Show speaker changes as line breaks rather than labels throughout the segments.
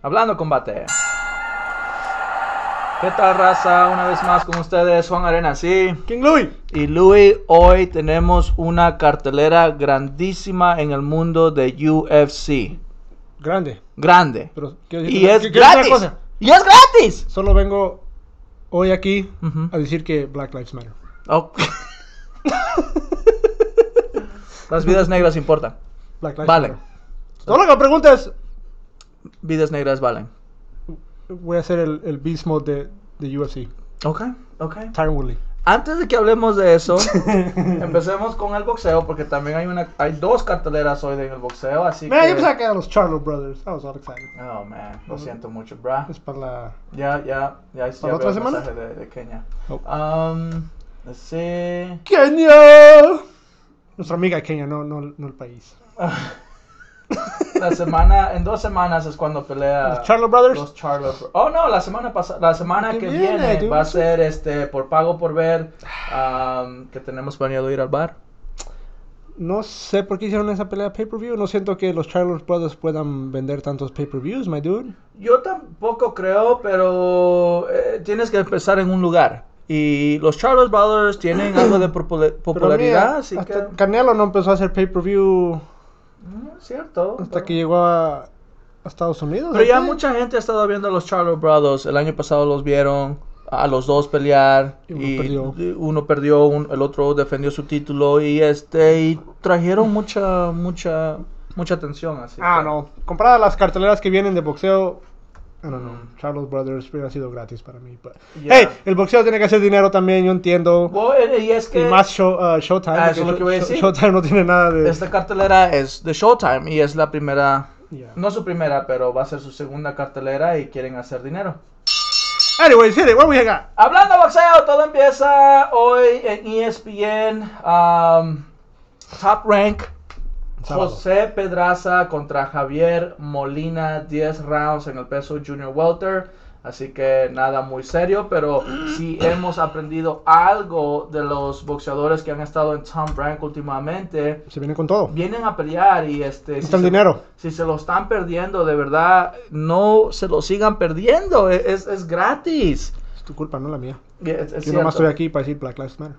Hablando combate. ¿Qué tal raza? Una vez más con ustedes, Juan Arena, sí.
King Louis.
Y Luis, hoy tenemos una cartelera grandísima en el mundo de UFC.
Grande.
Grande.
Pero quiero decir
Y
una-
es
quiero decir una
gratis.
cosa.
Y es gratis.
Solo vengo hoy aquí
Ujú.
a decir que Black Lives Matter.
Oh. Las vidas negras importan.
Black Lives
Vale.
Matter. Solo que pregunta es,
Vidas negras valen.
voy a hacer el, el beast mode de, de UFC.
Ok, ok.
Tyron Woodley.
Antes de que hablemos de eso, empecemos con el boxeo, porque también hay una, hay dos carteleras hoy en el boxeo, así
Man, yo
que.
pensaba que eran los Charlo Brothers. I was all excited.
Oh man, lo siento mucho, brah.
Es para la...
Ya, ya, ya, ya
¿Para
veo
otra
el
semana?
mensaje de, de Kenia.
Oh.
Um, let's see.
¡Kenia! Nuestra amiga Kenia, no, no, no el país.
La semana, en dos semanas es cuando pelea.
Ah, Los Charlo Brothers.
Los Charlo Bro- Oh no, la semana pasada, la semana
Que
que
viene,
viene,
tú-
va a ser este por pago por ver um, que tenemos planeado ir al bar.
No sé por qué hicieron esa pelea pay-per-view. No siento que los Charlo Brothers puedan vender tantos pay-per-views, my dude.
Yo tampoco creo, pero eh, tienes que empezar en un lugar. Y los Charles Brothers tienen algo de popula-
Pero a mí,
popularidad, así
hasta
que...
Canelo no empezó a hacer pay-per-view
Mm, Cierto.
hasta
pero-
que llegó a, a Estados Unidos.
Pero ya
¿sí?
mucha gente ha estado viendo a los Charles Brothers. El año pasado los vieron a los dos pelear.
Y uno
y
perdió.
y uno perdió, un- el otro defendió su título. Y este y trajeron mucha, mucha, mucha atención. Así
Ah,
que-
no. Comparada a las carteleras que vienen de boxeo, I don't know.
Mm.
Charles Brothers hubiera sido gratis para mí. but-
Yeah.
Hey, el boxeo tiene que hacer dinero también, yo entiendo.
Bueno, eh, y es
Y
que
más show, uh, Showtime.
Ah, eso
porque
es lo que voy a
Show-
decir.
Showtime no tiene nada de.
esta cartelera es de Showtime y es la primera
Yeah.
No su primera, pero va a ser su segunda cartelera y quieren hacer dinero.
Anyways, hit it. What we got?
Hablando boxeo, todo empieza hoy en E ESPN. um, top Rank.
Sábado.
José Pedraza contra Javier Molina, 10 rounds en el peso Junior Welter. Así que nada muy serio, pero si hemos aprendido algo de los boxeadores que han estado en Top Rank últimamente.
Se viene con todo.
Vienen a pelear y este... si
Está el
se-
dinero.
si se lo están perdiendo, de verdad, no se lo sigan perdiendo. e- Es, es gratis.
Es tu culpa, no la mía.
Y es- es
Yo nomás estoy
cierto.
aquí para decir Black Lives Matter.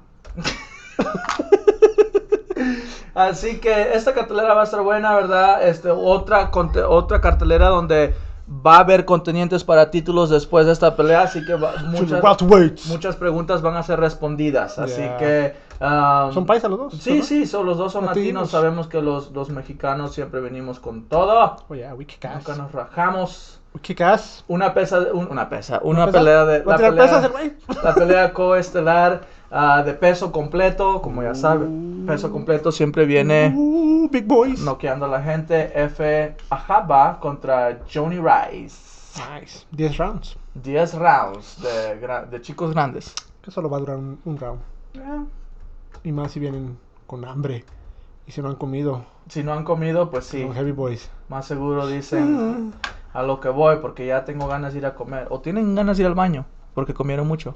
Así que esta cartelera va a estar buena, ¿verdad? Este, otra, conte- otra cartelera donde va a haber contenientes para títulos después de esta pelea. Así que va-
Junior
muchas,
welterweights.
muchas preguntas van a ser respondidas. Así
Yeah.
que... ah,
Son paisas los dos.
Sí,
¿no?
sí, son, los dos son latinos.
Latinos.
Sabemos que los, los mexicanos siempre venimos con todo.
Oh, yeah, we kick ass.
Nunca nos rajamos.
We kick ass.
Una pesa, un- una pesa, una
¿Pesa?
pelea de...
¿Va
la
a tirar
pelea-
pesas el güey?
La pelea coestelar ah, de peso completo, como ya saben,
Uh.
peso completo siempre viene
Uh, big boys.
noqueando a la gente. F. Ajaba contra Johnny Rice.
Nice. 10 rounds.
10 rounds de, gra- de chicos grandes.
Que solo va a durar un, un round.
Eh,
Y más si vienen con hambre. Y si no han comido.
Si no han comido, pues sí,
Son heavy boys. Ah.
más seguro dicen a lo que voy porque ya tengo ganas de ir a comer. O tienen ganas de ir al baño porque comieron mucho.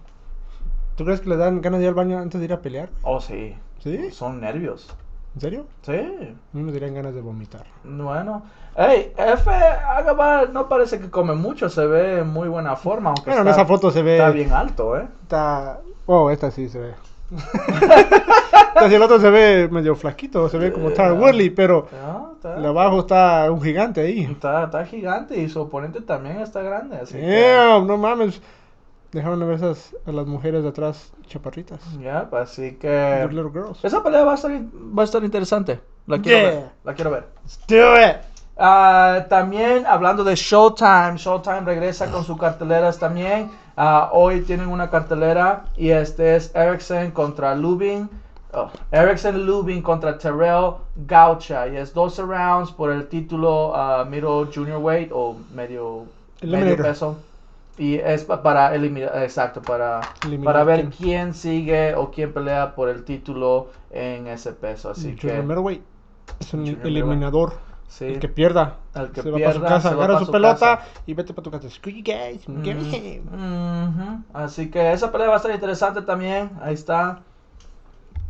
¿Tú crees que le dan ganas de ir al baño antes de ir a pelear?
Oh, sí,
¿Sí?
son nervios.
¿En serio?
Sí.
A mí me darían ganas de vomitar.
Bueno, hey, F. Agaba no parece que come mucho, se ve en muy buena forma. Aunque
Bueno, en
está-
esa foto se ve.
Está bien alto, ¿eh?
está- Oh, esta sí se ve. Casi el otro se ve medio flaquito. Se ve como
Ah.
Tyron Woodley, pero.
No, está,
El de abajo está un gigante ahí.
está, está gigante y su oponente también está grande. Así que,
Damn, no mames. Dejaron a ver esas, a las mujeres de atrás chaparritas.
Yep, pues, así
Good
que
little girls.
esa pelea va a estar, va a estar interesante. La quiero
Yeah.
ver. La quiero ver.
Let's do it.
Ah, también hablando de Showtime, Showtime regresa con sus carteleras también. Ah, hoy tienen una cartelera y este es Erickson contra Lubin. oh, Erickson Lubin contra Terrell Gaucha. Y es 12 rounds por el título ah, Middle Junior Weight o medio, medio
Eliminator.
peso. Y es pa- para eliminar, exacto, para,
Eliminar
para ver
quién.
quién sigue o quién pelea por el título en ese peso. Así
Junior
que,
Middleweight es un
Junior
eliminador.
sí.
El que pierda.
Al que
se va para
pierda,
su casa,
se va
agarra
pa'
su
su
pelota
casa.
y vete para tu casa. Screw you guys. I'm getting him.
Mm, Ujú. Así que esa pelea va a estar interesante también. Ahí está.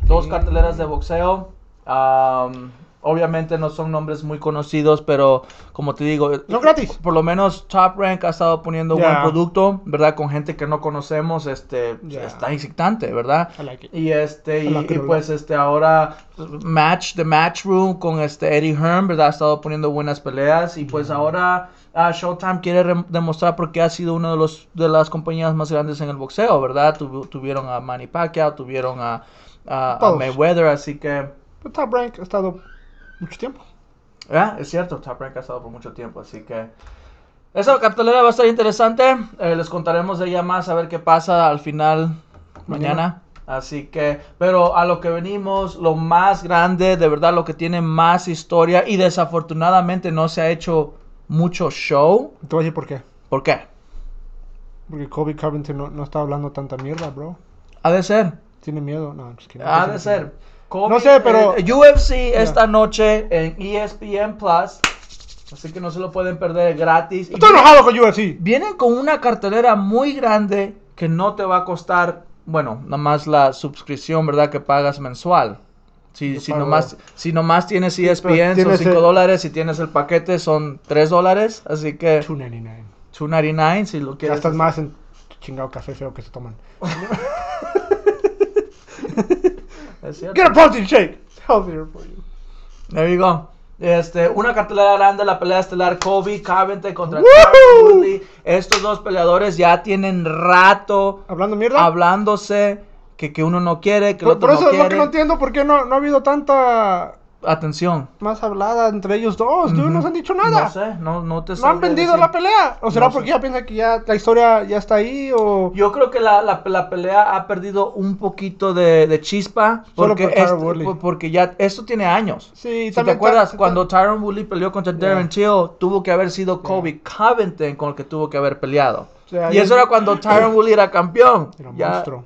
Dos
Sí.
carteleras de boxeo. Am, Obviamente no son nombres muy conocidos, pero como te digo,
Son gratis.
por lo menos Top Rank ha estado poniendo
Ya.
buen producto, ¿verdad? Con gente que no conocemos, este,
Ya.
está excitante, ¿verdad?
I like it.
Y este, y,
I like it
y
a lot.
pues este, ahora Match, The Match Room con este Eddie Hearn, ¿verdad? Ha estado poniendo buenas peleas y pues ahora ah, Showtime quiere re- demostrar por qué ha sido una de, los, de las compañías más grandes en el boxeo, ¿verdad? Tuvi- tuvieron a Manny Pacquiao, tuvieron a, a- a
Todos.
Mayweather, así que...
Pero Top Rank ha estado mucho tiempo.
Ah, es cierto, Top Rank ha estado por mucho tiempo, así que esa cartelera va a estar interesante. eh, les contaremos de ella más a ver qué pasa al final mañana. Así que, pero a lo que venimos, lo más grande, de verdad, lo que tiene más historia y desafortunadamente no se ha hecho mucho show.
Te voy a decir por qué.
¿Por qué?
Porque Kobe Covington no, no está hablando tanta mierda, bro.
Ha de ser,
Tiene miedo. No, es que no
ha
tiene
de Ah,
miedo.
ser. Kobe,
No sé, pero-
eh, UFC esta noche en E ESPN Plus. Así que no se lo pueden perder gratis.
Estoy enojado con UFC.
Vienen con una cartelera muy grande que no te va a costar, bueno, nada más la suscripción, ¿verdad? Que pagas mensual. Si,
Yo
si,
pago-
nomás, si nomás tienes E
pero
ESPN son
tienes
5
el-
dólares, si tienes el paquete son 3 dólares, así que
299.
2.99 si lo quieres.
Gastas más en chingado café feo que se toman.
Es cierto.
Get a protein shake. It's healthier for you.
There you go. Este, una cartelera grande, la pelea estelar Kobe Covington contra
Woohoo!
Charles Woodley. Estos dos peleadores ya tienen rato
Hablando mierda.
hablándose que, que uno no quiere, que el
por,
otro
por eso
no
es lo que
quiere.
no entiendo. ¿Por qué no, no ha habido tanta
Atención.
más hablada entre ellos dos? Dude, Pues No
Ujú.
se han dicho nada.
No sé, no, no te
No han
sabría
vendido
decir.
la pelea. ¿O será
No sé.
porque ya piensa que ya la historia ya está ahí? O...
Yo creo que la, la- la pelea ha perdido un poquito de, de chispa.
Solo
Porque,
por Tyron
este-
Woodley.
por- porque ya esto tiene años.
Sí,
si te
también
acuerdas,
ta-
cuando Tyron Woodley peleó contra
Yeah.
Darren Till, tuvo que haber sido Kobe Covington con el que tuvo que haber peleado.
O sea,
y
yo-
eso era cuando Tyron Woodley era campeón.
Era
Ya-
monstruo.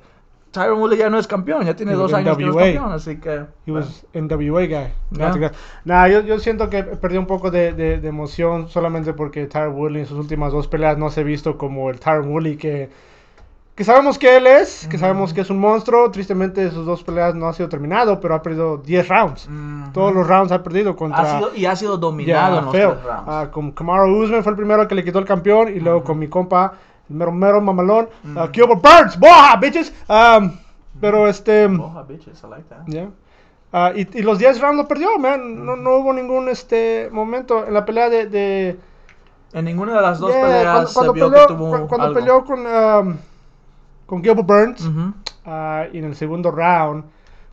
Tyron Woodley ya no es campeón, ya tiene
He
dos
was
años que no
NWA.
es campeón, así que...
He
bueno.
was NWA guy.
Yeah.
No te creas. Nah, yo, yo siento que perdí un poco de, de- de emoción solamente porque Tyron Woodley en sus últimas dos peleas no se ha visto como el Tyron Woodley que, que sabemos que él es, que sabemos que es un monstruo. Tristemente sus dos peleas no ha sido terminado, pero ha perdido 10 rounds.
Ujú.
Todos los rounds ha perdido contra...
Ha sido, y ha sido
Ya,
dominado en los
feo.
tres rounds.
Ah, con Kamaru Usman fue el primero que le quitó el campeón y luego con mi compa, el mero mero mamalón, ah, Gilbert Burns, boja, bitches. Um, pero este,
Oh, bitches, I like that.
ya. Ah, y, y los 10 rounds lo perdió, man. No, no hubo ningún este momento en la pelea de, de
En ninguna de las dos
yeah,
peleas se vio
peleó,
que tuvo
cu- cuando
algo.
peleó con um, con Gilbert Burns
Ujú.
ah, y en el segundo round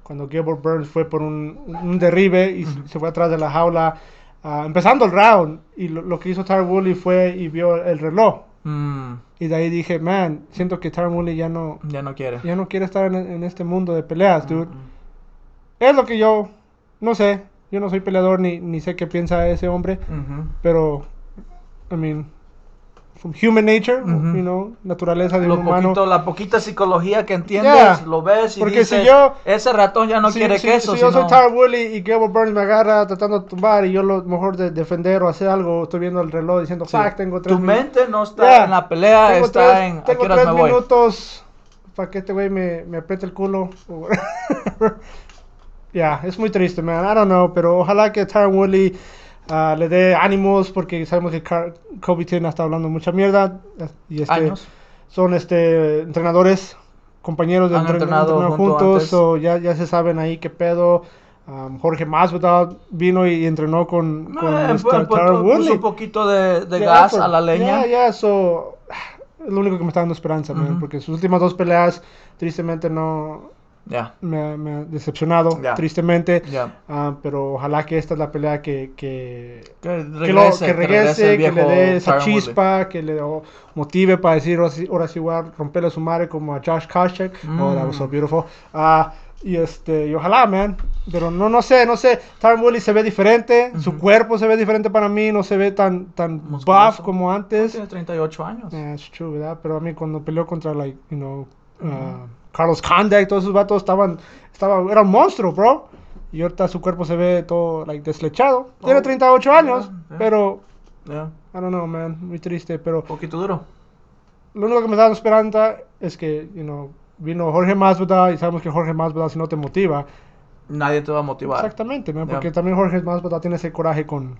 cuando Gilbert Burns fue por un, un derribe y se- se fue atrás de la jaula ah, empezando el round y lo, lo que hizo Tyron Woodley fue y vio el reloj
Mm,
y de ahí dije man siento que Tyron Woodley ya no
ya no quiere.
ya no quiere estar en, en este mundo de peleas dude es lo que yo no sé yo no soy peleador ni, ni sé qué piensa ese hombre
Ujú.
pero I mean from human nature
Ujú.
you know naturaleza de
Lo
un humano
poquito, la poquita psicología que entiendes,
Yeah.
lo ves y
Porque si
dices,
yo-
ese ratón ya no
si,
quiere
si-
queso.
si yo soy
sino-
Tyron Woodley y Gable Burns me agarra tratando de tumbar y yo lo mejor de defender o hacer algo, estoy viendo el reloj diciendo,
Sí.
fuck, tengo tres
Tu
minu-
mente no está
Yeah.
en la pelea,
tengo
Ah, está
tres-
en... ¿A qué
tengo
horas
tres
me voy?
minutos para que este güey me, me apriete el culo. Ya, es muy triste, man. I don't know, pero ojalá que Tyron Woodley ah, le dé ánimos porque sabemos que Car- Kobe Tiene está hablando mucha mierda. eh, Y este,
Años.
son este entrenadores, compañeros de
Han
entren-
entrenado
entrenar
junto
juntos,
antes.
so ya, ya se saben ahí qué pedo. Um, Jorge Masvidal vino y entrenó con,
No,
con
eh,
este
pu- pu-
Tyron
puso
Woodley.
un poquito de, de
Yeah,
gas
por-
a la leña.
pues, Ya, ya, so, es lo único que me está dando esperanza, man,
Ujú.
porque sus últimas dos peleas tristemente no
Ya,
me, ha- me ha decepcionado,
Ya.
tristemente.
ya.
Ah, pero ojalá que esta es la pelea que, que,
Que
que, lo-
regrese,
que regrese, que,
el
le
viejo
dé esa
Tyron Woodley.
chispa, que le o- motive para decir, ahora sí, ahora sí voy a romperle a su madre como a Josh Koscheck. Oh, that was so
Mm.
beautiful. Ah, y, este, y ojalá, man. Pero no, no sé, no sé. Tyron Woodley se ve diferente, su
Ujú.
cuerpo se ve diferente para mí, no se ve tan, tan
Musculoso.
buff como antes.
Tiene 38 años.
Yeah, it's true, ¿verdad? Pero a mí cuando peleó contra, like, you know, uh, Carlos Condit, todos esos vatos estaban, estaba, era un monstruo, bro. Y ahorita su cuerpo se ve todo, like, deslechado. Tiene
Oh,
38 años,
yeah, yeah.
pero,
Ya,
I don't know, man, muy triste. Pero
poquito duro.
lo único que me da esperanza es que, you know, vino Jorge Masvidal y sabemos que Jorge Masvidal si no te motiva,
nadie te va a motivar.
Exactamente, man,
Yeah.
porque también Jorge Masvidal tiene ese coraje con,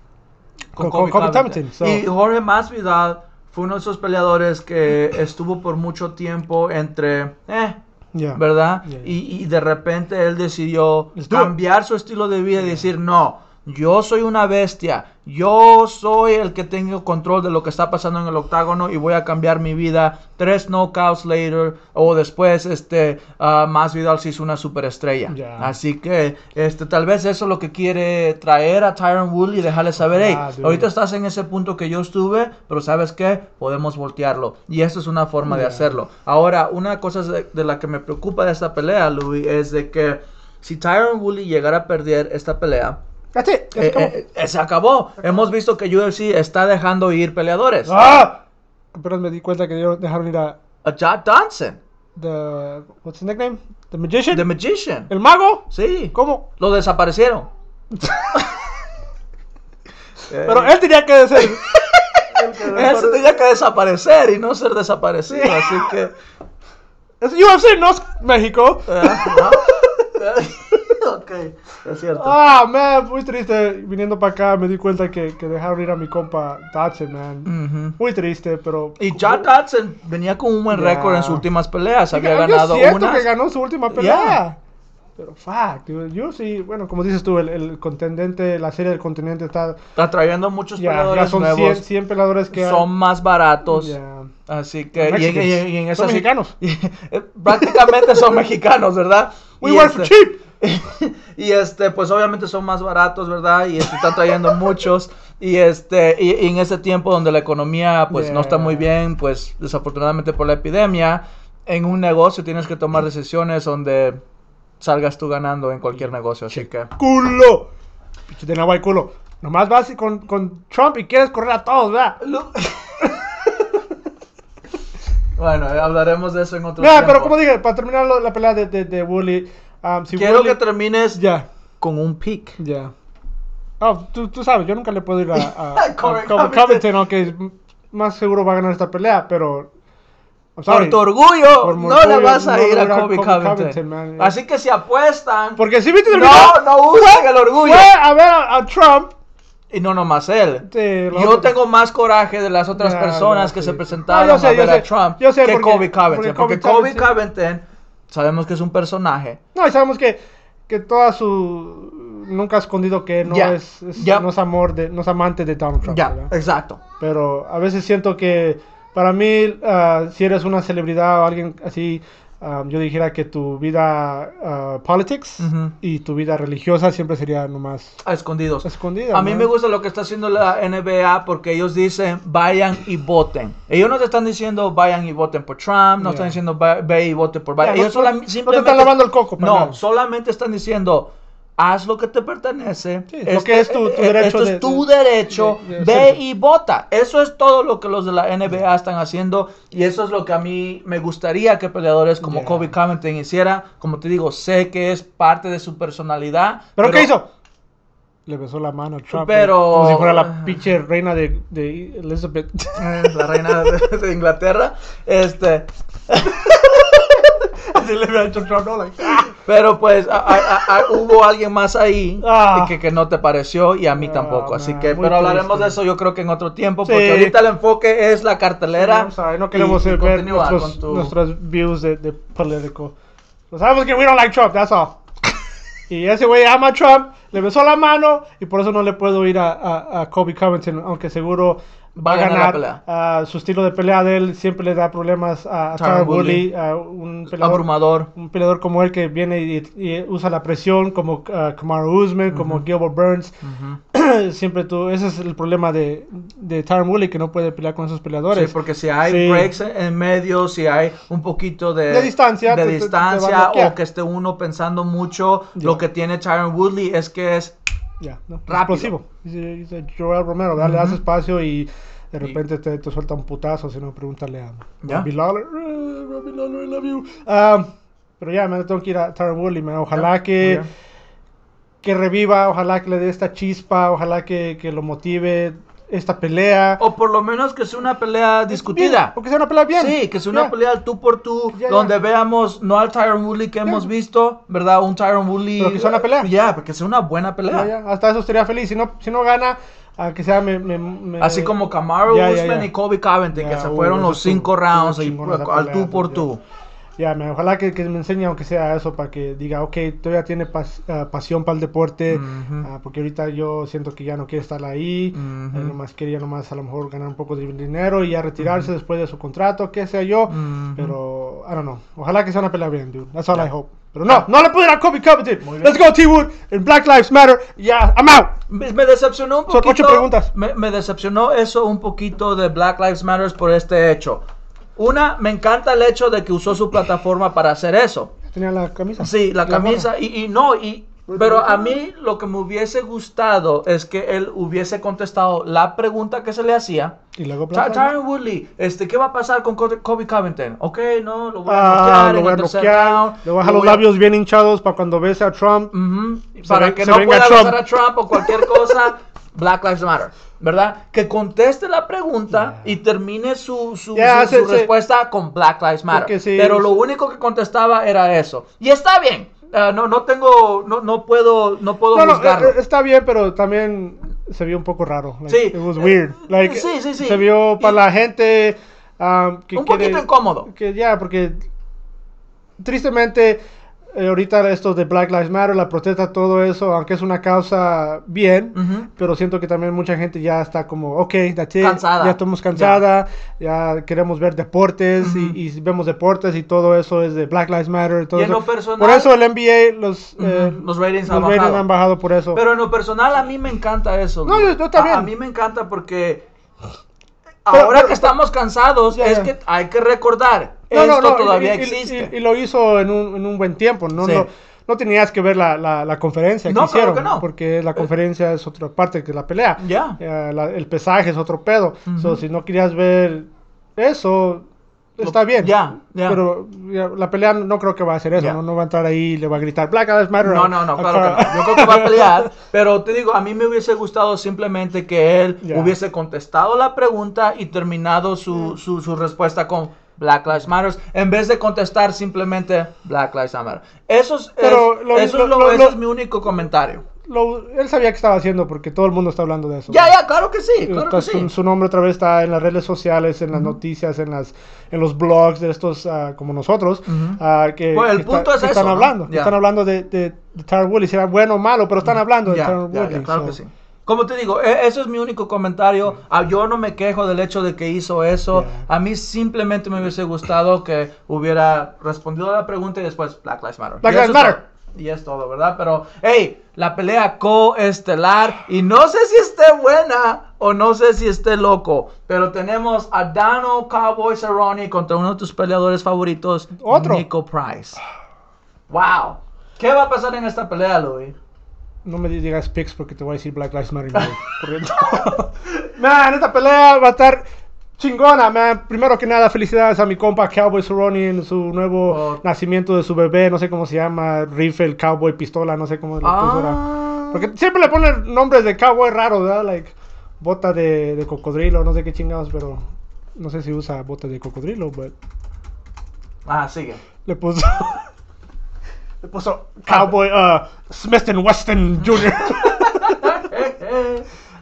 con,
Kobe
con Kobe
Covington.
Covington, so-
Y Jorge Masvidal fue uno de esos peleadores que estuvo por mucho tiempo entre, eh,
yeah.
¿verdad?
Yeah, yeah.
Y, y de repente él decidió
Let's do it.
cambiar su estilo de vida y decir, no, yo soy una bestia, yo soy el que tengo control de lo que está pasando en el octágono y voy a cambiar mi vida tres knockouts later o después, este, ah, Masvidal se hizo una superestrella.
Yeah.
Así que, este, tal vez eso es lo que quiere traer a Tyron Woodley y dejarle saber, hey,
Ah, dude.
ahorita estás en ese punto que yo estuve, pero sabes qué, podemos voltearlo. Y esto es una forma de
Yeah.
hacerlo hacerlo. Ahora, una cosa de, de la que me preocupa de esta pelea, Louis, es de que si Tyron Woodley llegara a perder esta pelea,
That's it. That's
eh, eh, eh, se acabó. Hemos visto que UFC está dejando ir peleadores.
ah! Pero me di cuenta que yo- dejaron ir a
A Jack Johnson,
the what's his nickname? The Magician?
The Magician.
El mago?
Sí,
¿Cómo?
lo desaparecieron. Eh,
Pero él tenía que decir
él se tenía que desaparecer y no ser desaparecido, así que...
Es UFC, no es México.
eh, ¿no? ok, es cierto.
Ah, man, muy triste. Viniendo para acá me di cuenta que, que dejaron ir a mi compa Dodson, man.
Ujú.
Muy triste, pero.
Y Chad Dodson venía con un buen
Ya.
récord en sus últimas peleas. Había
Yo
ganado
siento
una.
que ganó su última
Ya.
pelea. Pero fuck, dude, yo sí, bueno, como dices tú, el, el contendente, la serie del continente está.
Está trayendo muchos
Ya, ya
peleadores
son 100,
nuevos.
100 peleadores que.
son más baratos.
Ya.
Así que. Y en,
Mexicans.
y en- y en esas-
Son mexicanos.
prácticamente son mexicanos, ¿verdad?
We
Y
work for
este-
cheap.
y este, pues obviamente son más baratos, ¿verdad? Y este, están trayendo muchos. Y este, y, y en ese tiempo donde la economía pues no está muy
Yeah.
bien, pues desafortunadamente por la epidemia, en un negocio tienes que tomar decisiones donde salgas tú ganando en cualquier negocio. Así que
Culo. Pinche de Nahuay culo. Nomás vas y con, con Trump y quieres correr a todos, ¿verdad?
Lu- bueno, eh, hablaremos de eso en otro
Nah,
tiempo.
pero como dije, para terminar lo- la pelea de, de, de Wooly, um, si
Quiero
Wooly-
que termines
Ya.
con un pick.
Ya. Ah, tú, tú sabes, yo nunca le puedo ir a, a, a
Corey
Covington,
Covington,
aunque es m- más seguro va a ganar esta pelea, pero. I'm
Por
sorry.
tu orgullo,
Por mi
no le
orgullo,
vas a
no
ir a
lograr
Kobe
Kobe
Covington.
Covington, man.
Así que si apuestan,
Porque si viste el video,
no, no usen el orgullo.
fue a ver a, a Trump.
Y no nomás él.
Te lo-
Yo tengo más coraje de las otras
Ya,
personas
ya,
que
sí.
se presentaron
No, yo sé,
a
yo
ver a
sé.
Trump
Yo sé
que
porque-
Kobe Covington.
porque
Porque Kobe
Covington, sí.
Covington, sabemos que es un personaje.
No, y sabemos que, que toda su. Nunca ha escondido que no,
Ya,
es, es-
ya.
no es amor de, no es amante de Donald Trump.
Ya,
¿verdad?
exacto.
Pero a veces siento que para mí, ah, si eres una celebridad o alguien así, ah, yo dijera que tu vida ah, politics
Ujú.
y tu vida religiosa siempre sería nomás
A escondidos.
escondida.
A mí
¿no?
me gusta lo que está haciendo la NBA porque ellos dicen vayan y voten. Ellos no te están diciendo vayan y voten por Trump, no
Ya.
están diciendo "Va- ve y vote por Biden.
Ya, no-
ellos
no-
solam-
no te están
simplemente-
lavando el coco, para
No,
nada.
solamente están diciendo haz lo que te pertenece.
Sí, lo que es tu- tu
eh,
derecho
Esto es
de-
tu
de-
derecho.
de- de
ve
hacer.
y vota. Eso es todo lo que los de la NBA están haciendo y eso es lo que a mí me gustaría que peleadores como
Ya.
Kobe Covington hiciera. Como te digo, sé que es parte de su personalidad.
¿Pero, qué hizo? Le besó la mano a Trump.
Pero-
Como si fuera la pinche reina de, de Elizabeth.
Eh, la reina de, de Inglaterra. Este,
Así le hubiera hecho Trump, ¿no? Like, ¡ah!
pero pues a- a- a- a- hubo alguien más ahí
Ah.
que, que no te pareció y a mí
Ah,
tampoco. Así
man,
que,
muy
pero hablaremos
triste.
de eso yo creo que en otro tiempo,
Sí.
porque ahorita el enfoque es la cartelera.
I'm sorry, no
y-
queremos
y
eh, ver
continúa con
nuestros,
tu-
nuestras views de, de político. Lo sabemos que we don't like Trump, that's all. y ese güey ama a Trump, le besó la mano y por eso no le puedo ir a, a, a Kobe Covington, aunque seguro va a ganar.
la
Ah, su estilo de pelea de él siempre le da problemas a, a
Tyron
Tyron
Woodley.
Woodley, a un peleador
abrumador.
un peleador como él que viene y, y usa la presión, como uh, Kamaru Usman, como Gilbert Burns,
Ujú.
siempre tú, ese es el problema de, de Tyron Woodley, que no puede pelear con esos
Sí,
peleadores.
porque si hay
Sí.
breaks en medio, si hay un poquito de,
De distancia, pues,
de
te- te- te van a
distancia
bloquear.
o que esté uno pensando mucho,
Ya.
lo que tiene Tyron Woodley es que es
Ya, no,
Rápido.
explosivo. Dice- dice Joel Romero, ¿verdad? le das
Ujú.
espacio y de
Y-
repente te, te suelta un putazo, si no, pregúntale a
Ya.
Robbie Lawler. Eh, Robbie Lawler, I love you. Ah, pero ya, me tengo que ir a Tyron Woodley, man. Ojalá
Ya,
que,
muy bien.
que reviva, ojalá que le dé esta chispa, ojalá que, que lo motive. esta pelea.
O por lo menos que sea una pelea Oh, discutida.
Bien, o que sea una pelea bien.
Sí, que es una
Ya.
pelea al tú por tú,
Ya, ya.
donde veamos no al Tyron Woodley que hemos visto, ¿verdad? Un Tyron Woodley. eh,
Pero que sea una pelea.
Ya, porque sea una buena pelea.
Ya, ya, Hasta eso estaría feliz. Si no, si no gana, a que sea me, me- me-
Así como Camaro
Ya, ya,
Usman
ya.
y Kobe Covington,
Ya,
que se
uh,
fueron
eso
los
estuvo-
cinco
estuvo
rounds ahí,
chingona esa
al
pelea,
tú por
ya.
tú.
Ya, me- ojalá que, que me enseñe aunque sea eso para que diga, ok, todavía tiene pas- ah, pasión para el deporte,
Ujú.
ah, porque ahorita yo siento que ya no quiere estar ahí,
Ujú.
eh, nomás quería nomás a lo mejor ganar un poco de dinero y ya retirarse después de su contrato, que sea yo,
Ujú.
pero, I don't know, ojalá que sea una pelea bien, dude, that's all I hope. Pero no, no le pude dar a Kobe Covington,
bien.
let's go T-Wood, and Black Lives Matter, yeah, I'm out.
Me, me decepcionó un
Son ocho
poquito.
preguntas.
Me, me decepcionó eso un poquito de Black Lives Matter por este hecho. Una, me encanta el hecho de que usó su plataforma para hacer eso.
Tenía la camisa.
Sí, la
gorra.
camisa y, y no, y pero a mí lo que me hubiese gustado es que él hubiese contestado la pregunta que se le hacía.
Y luego
Ty-
Black Lives
Tyron Woodley, este, ¿qué va a pasar con Co- Kobe Covington? Ok, no, lo voy a bloquear
Ah, lo
en
voy a
el tercer
bloquear,
round,
le voy a
lo
dejar los
voy a-
labios bien hinchados para cuando bese a Trump.
Ujú,
Se
Para
ve-
que
se
no
venga
pueda
Trump.
besar a Trump o cualquier cosa, Black Lives Matter, ¿verdad? Que conteste la pregunta
Yeah.
y termine su, su,
Yeah,
su-
se-
su
se-
respuesta con Black Lives
Porque
Matter.
sí,
Pero
es-
lo único que contestaba era eso. Y está bien. ah, no, no tengo, no, no puedo, no puedo
No, no,
juzgarlo.
eh, eh, está bien, pero también se vio un poco raro. Like,
Sí,
It was
eh,
weird. Like,
sí, sí, sí.
Se vio para
Y-
la gente um, que
Un
quiere-
poquito incómodo.
Que ya, porque tristemente eh, ahorita esto de Black Lives Matter, la protesta, todo eso, aunque es una causa bien,
Ujú.
pero siento que también mucha gente ya está como, ok, that's it,
Cansada.
ya estamos cansada, ya queremos ver deportes
Ujú.
y, y vemos deportes y todo eso es de Black Lives Matter. todo
Y en
eso.
lo personal-
por eso el NBA, los, eh,
Ujú, los ratings han
ratings
bajado.
han bajado por eso.
Pero en lo personal a mí me encanta eso.
No,
güey.
yo- yo también.
A, a mí me encanta porque ahora
pero-
que estamos cansados
Ya,
es
ya.
que hay que recordar
No, no,
esto
no, y-
todavía
y, y-
existe.
Y, y lo hizo en un, en un buen tiempo, ¿no?
Sí.
No, no tenías que ver la, la, la conferencia que
No, claro
hicieron,
que no. Eh.
porque la conferencia es otra parte que la pelea.
Ya.
Eh, la- el pesaje es otro pedo. So,
Ujú.
si no querías ver eso, está bien.
ya, ya.
Pero ya, la pelea no creo que va a hacer eso,
Ya.
¿no? No va a entrar ahí y le va a gritar Black Lives Matter.
No, no, no,
a-
claro que
a-
no. Yo creo que va a pelear, pero te digo, a mí me hubiese gustado simplemente que él
Ya.
hubiese contestado la pregunta y terminado su, su, su respuesta con Black Lives Matter en vez de contestar simplemente Black Lives Matter. Eso es,
Pero
es-
lo-
eso
lo-
es, lo-
lo-
eso
lo-
es mi único comentario.
Lo- él sabía que estaba haciendo porque todo el mundo está hablando de eso.
Ya,
¿no?
ya, claro que sí, claro
Está
que
su,
sí.
su nombre otra vez está en las redes sociales, en las noticias, en las en los blogs de estos ah, como nosotros
Ujú.
ah, que,
Pues el
que
punto es
que
eso,
están
¿no?
hablando, que
Ya.
están hablando de, de, de Tyron Woodley, si era bueno o malo, pero están hablando de
Ya,
Tyron
ya,
Woodley.
ya, claro
so-
que sí. Como te digo, e- eso es mi único comentario. Ah, Yo no me quejo del hecho de que hizo eso.
Ya.
A mí simplemente me hubiese gustado que hubiera respondido a la pregunta y después Black Lives Matter.
Black
Y eso
Lives
es
Matter.
todo. Y es todo, ¿verdad? Pero, hey, la pelea coestelar. Y no sé si esté buena o no sé si esté loco. Pero tenemos a Dano Cowboy Cerrone contra uno de tus peleadores favoritos,
Otro.
Nico Price. ¡Wow! ¿Qué va a pasar en esta pelea, Louis?
No me digas pics porque te voy a decir Black Lives Matter. güey. Corriendo. man, esta pelea va a estar chingona, man. Primero que nada, felicidades a mi compa Cowboy Cerrone en su nuevo
Oh.
nacimiento de su bebé. No sé cómo se llama, rifle, cowboy, pistola, no sé cómo le puso ahora.
Ah.
Porque siempre le ponen nombres de cowboy raros, ¿verdad? Like, bota de, de cocodrilo, no sé qué chingados, pero no sé si usa bota de cocodrilo, pero
Ah, sigue.
le puso... le puso cowboy uh, Smith and Weston Jr.
Eh,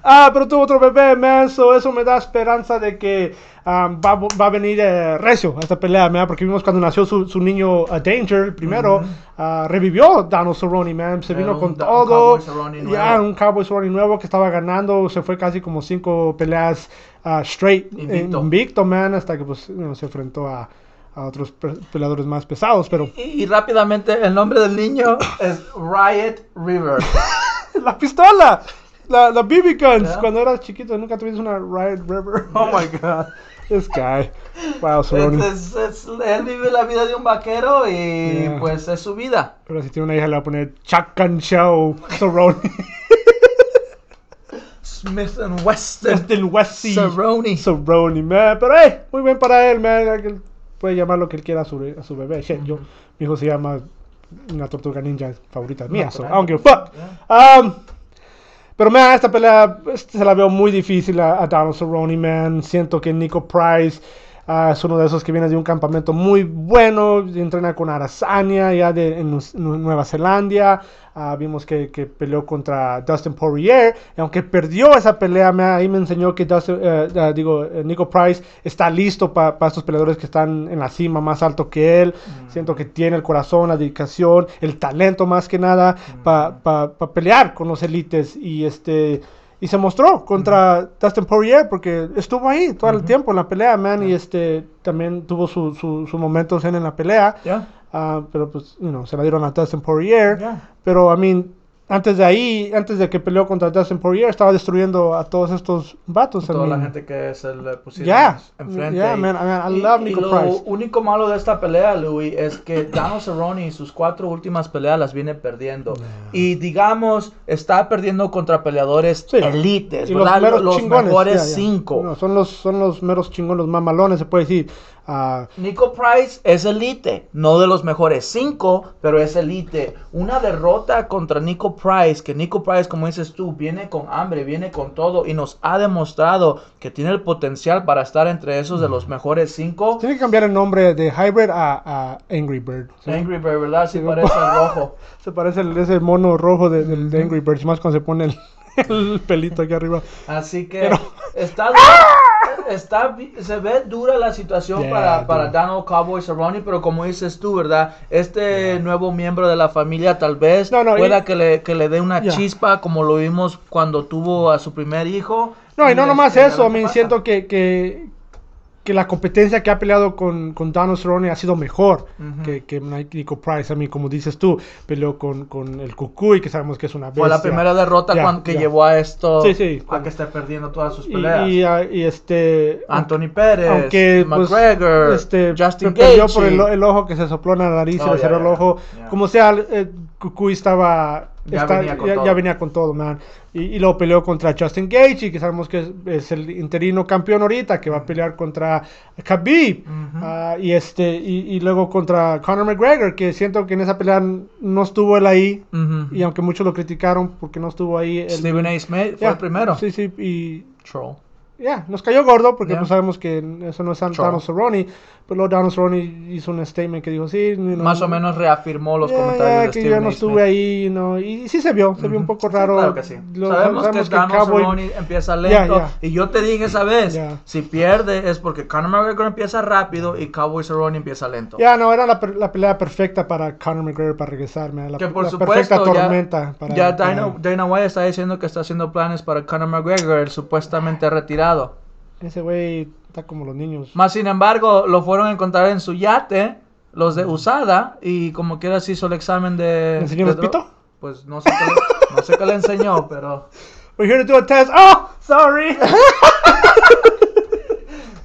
Ah, pero tuvo otro bebé, man, so eso me da esperanza de que um, va, va a venir eh, recio a esta pelea, man, porque vimos cuando nació su, su niño eh, Danger, el primero, ah, revivió Donald Cerrone, man, se
Era
vino
un
con
da- un
todo,
Cowboy Cerrone
ya,
nuevo.
un Cowboy Cerrone nuevo que estaba ganando, se fue casi como cinco peleas ah, straight,
Invicto.
eh, invicto, man, hasta que pues, you know, se enfrentó a, a otros pe- peleadores más pesados, pero
Y, y rápidamente, el nombre del niño es Riot River.
la pistola, la, la BB Guns,
Ya.
cuando eras chiquito, nunca tuviste una Riot River.
Oh my god.
This guy. Wow, Cerrone.
Este Es- es- es- él vive la vida de un vaquero y
Yeah.
pues es su vida.
Pero si tiene una hija le va a poner Chacan Show Cerrone.
Smith and
es
Weston.
del West Sea.
Cerrone.
Cerrone, man. Pero, hey, muy bien para él, man. Que él puede llamar lo que él quiera a su, a su bebé. Shit, yo, mi hijo se llama una tortuga ninja favorita mía. So, I don't give a fuck. Um, Pero mira, esta pelea este, se la veo muy difícil a, a Donald Cerrone, man. Siento que Nico Price ah, es uno de esos que viene de un campamento muy bueno. Entrena con Arasania ya de, en, Nus- Nu- Nueva Zelanda. Ah, vimos que, que peleó contra Dustin Poirier. Y aunque perdió esa pelea, mira, ahí me enseñó que Dustin- eh, eh, digo, eh, Nico Price está listo para estos peleadores que están en la cima más alto que él. Siento que tiene el corazón, la dedicación, el talento más que nada para pelear con los élites y este y se mostró contra Dustin Poirier porque estuvo ahí todo el tiempo en la pelea, man, y este también tuvo su, su, su momento zen en la pelea,
Yeah.
ah, pero pues, you know, se la dieron a Dustin Poirier,
Yeah.
pero, I mean, antes de ahí, antes de que peleó contra Dustin Poirier, estaba destruyendo a todos estos vatos, I
Toda la
mean.
gente que se le pusieron
Yeah,
enfrente.
yeah,
y-
man, I mean, I
y-
love
y
Nico
lo
Price.
único malo de esta pelea, Louis, es que Donald Cerrone y sus cuatro últimas peleas las viene perdiendo. Y digamos, está perdiendo contra peleadores
Sí.
elites,
Y los
¿verdad?
meros
Los,
chingones,
mejores
ya, ya.
cinco.
No, son, los, son los meros chingones, los mamalones, se puede decir. Ah,
Nico Price es elite, no de los mejores cinco, pero es elite. Una derrota contra Nico Price, que Nico Price, como dices tú, viene con hambre, viene con todo y nos ha demostrado que tiene el potencial para estar entre esos de los mejores cinco.
Tiene que cambiar el nombre de Hybrid a, a Angry Bird. Se-
Angry Bird, ¿verdad? Sí parece el rojo.
Se parece el, ese mono rojo de, del de Angry Birds, más cuando se pone el, el pelito aquí arriba.
Así que
Pero-
está, está, se ve dura la situación
Yeah,
para, para
dude.
Donald Cowboy Cerrone, pero como dices tú, ¿verdad? Este nuevo miembro de la familia tal vez
No, no,
pueda
y-
que, le, que le dé una
Yeah.
chispa como lo vimos cuando tuvo a su primer hijo.
No, y no
es-
nomás
es
eso,
lo
a
que
mí
pasa.
siento que, que, que la competencia que ha peleado con, con Donald Cerrone ha sido mejor
Ujú.
que, que Nico Price. A mí, como dices tú, peleó con, con el Cucuy, que sabemos que es una bestia.
Fue la primera derrota
Yeah,
cuan- que
yeah.
llevó a esto
Sí, sí.
a que esté perdiendo todas sus
Y-
peleas.
y, ah, y este...
Anthony Pérez,
aunque pues,
McGregor,
este,
Justin
pe- perdió por
Gaethje.
el, o- el ojo que se sopló en la nariz y
Oh,
le
ya,
cerró el
ya,
ojo.
ya.
Como sea, eh, Cucuy estaba.
Ya
está-
venía con
ya,
todo.
ya venía con todo, man. Y, y luego peleó contra Justin Gaethje, que sabemos que es, es el interino campeón ahorita, que va a pelear contra Khabib.
Ujú.
Ah, y este y, y luego contra Conor McGregor, que siento que en esa pelea no estuvo él ahí.
Ujú.
Y aunque muchos lo criticaron porque no estuvo ahí. él-
Stephen A. Smith fue
Ya,
el primero.
Sí, sí, y
Troll.
ya, nos cayó gordo porque
Ya.
pues, sabemos que eso no es San-
Sure.
Donald Cerrone, pero luego Donald Cerrone hizo un statement que dijo, sí, no,
Más o menos reafirmó los
ya,
comentarios
ya,
de
que
Stephen
yo no
A.
estuve
Smith.
ahí, ¿no? y, y sí se vio, se vio un
Ujú.
poco
Sí,
raro.
claro que sí.
Lo-
sabemos, que Donald
Cowboy-
Cerrone empieza
Ya,
lento.
ya.
Y yo te dije esa vez,
Ya.
si pierde es porque Conor McGregor empieza rápido y Cowboy Cerrone empieza lento.
Ya, no, era la, per- la pelea perfecta para Conor McGregor para regresar, mira, la,
Que por
la
supuesto
perfecta
ya-
tormenta. para,
ya
para-
Dana, Dana White está diciendo que está haciendo planes para Conor McGregor, el supuestamente retirado.
Ese güey está como los niños.
Más sin embargo, lo fueron a encontrar en su yate, los de Usada, y como quiera se hizo el examen de...
¿Le enseñó
de
el
dro-
pito?
Pues no sé, qué le- no sé qué le enseñó, pero...
We're here to do a test. Oh, sorry.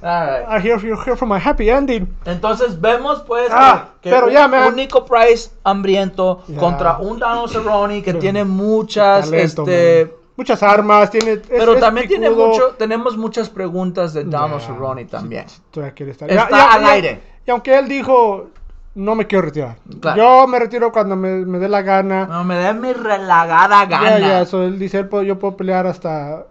all right.
I hear you're here for my happy ending.
Entonces vemos pues
Ah,
que,
pero
un,
ya, man.
un Nico Price hambriento
Ya.
contra un Donald Cerrone que
Pero-
tiene muchas
Talento,
este
man. Muchas armas, tiene. es-
pero
es
también tiene
picudo.
mucho tenemos muchas preguntas de Donald
Ya,
Cerrone
sí,
también.
sí, todavía quiere estar.
Está al aire.
Y aunque él dijo, no me quiero retirar.
Claro.
Yo me retiro cuando me, me dé la gana.
No me den mi relagada
Ya,
gana.
ya, so, él dice, él puede- yo puedo pelear hasta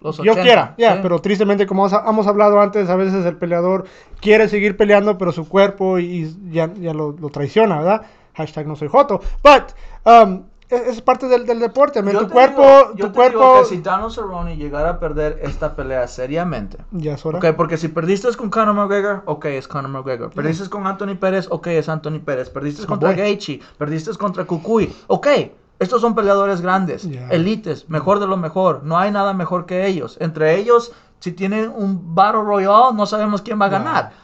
Los
yo
80,
quiera. Ya,
sí.
pero tristemente, como os- hemos hablado antes, a veces el peleador quiere seguir peleando, pero su cuerpo y, y ya, ya lo, lo traiciona, ¿verdad? Hashtag no soy joto. But, um, es, es parte del, del deporte, man.
Yo
tu
te
cuerpo,
digo- yo
tu
te digo
cuerpo...
que si Donald Cerrone llegara a perder esta pelea seriamente.
Ya es hora.
Ok, porque si perdiste con Conor McGregor, ok, es Conor McGregor. Perdiste con Anthony Pérez, ok, es Anthony Pérez. Perdiste
my
contra
boy.
Gaethje, perdiste contra Kukui, ok. Estos son peleadores grandes,
Yeah.
elites, mejor de lo mejor. No hay nada mejor que ellos. Entre ellos, si tienen un Battle Royale, no sabemos quién va a
Yeah.
ganar.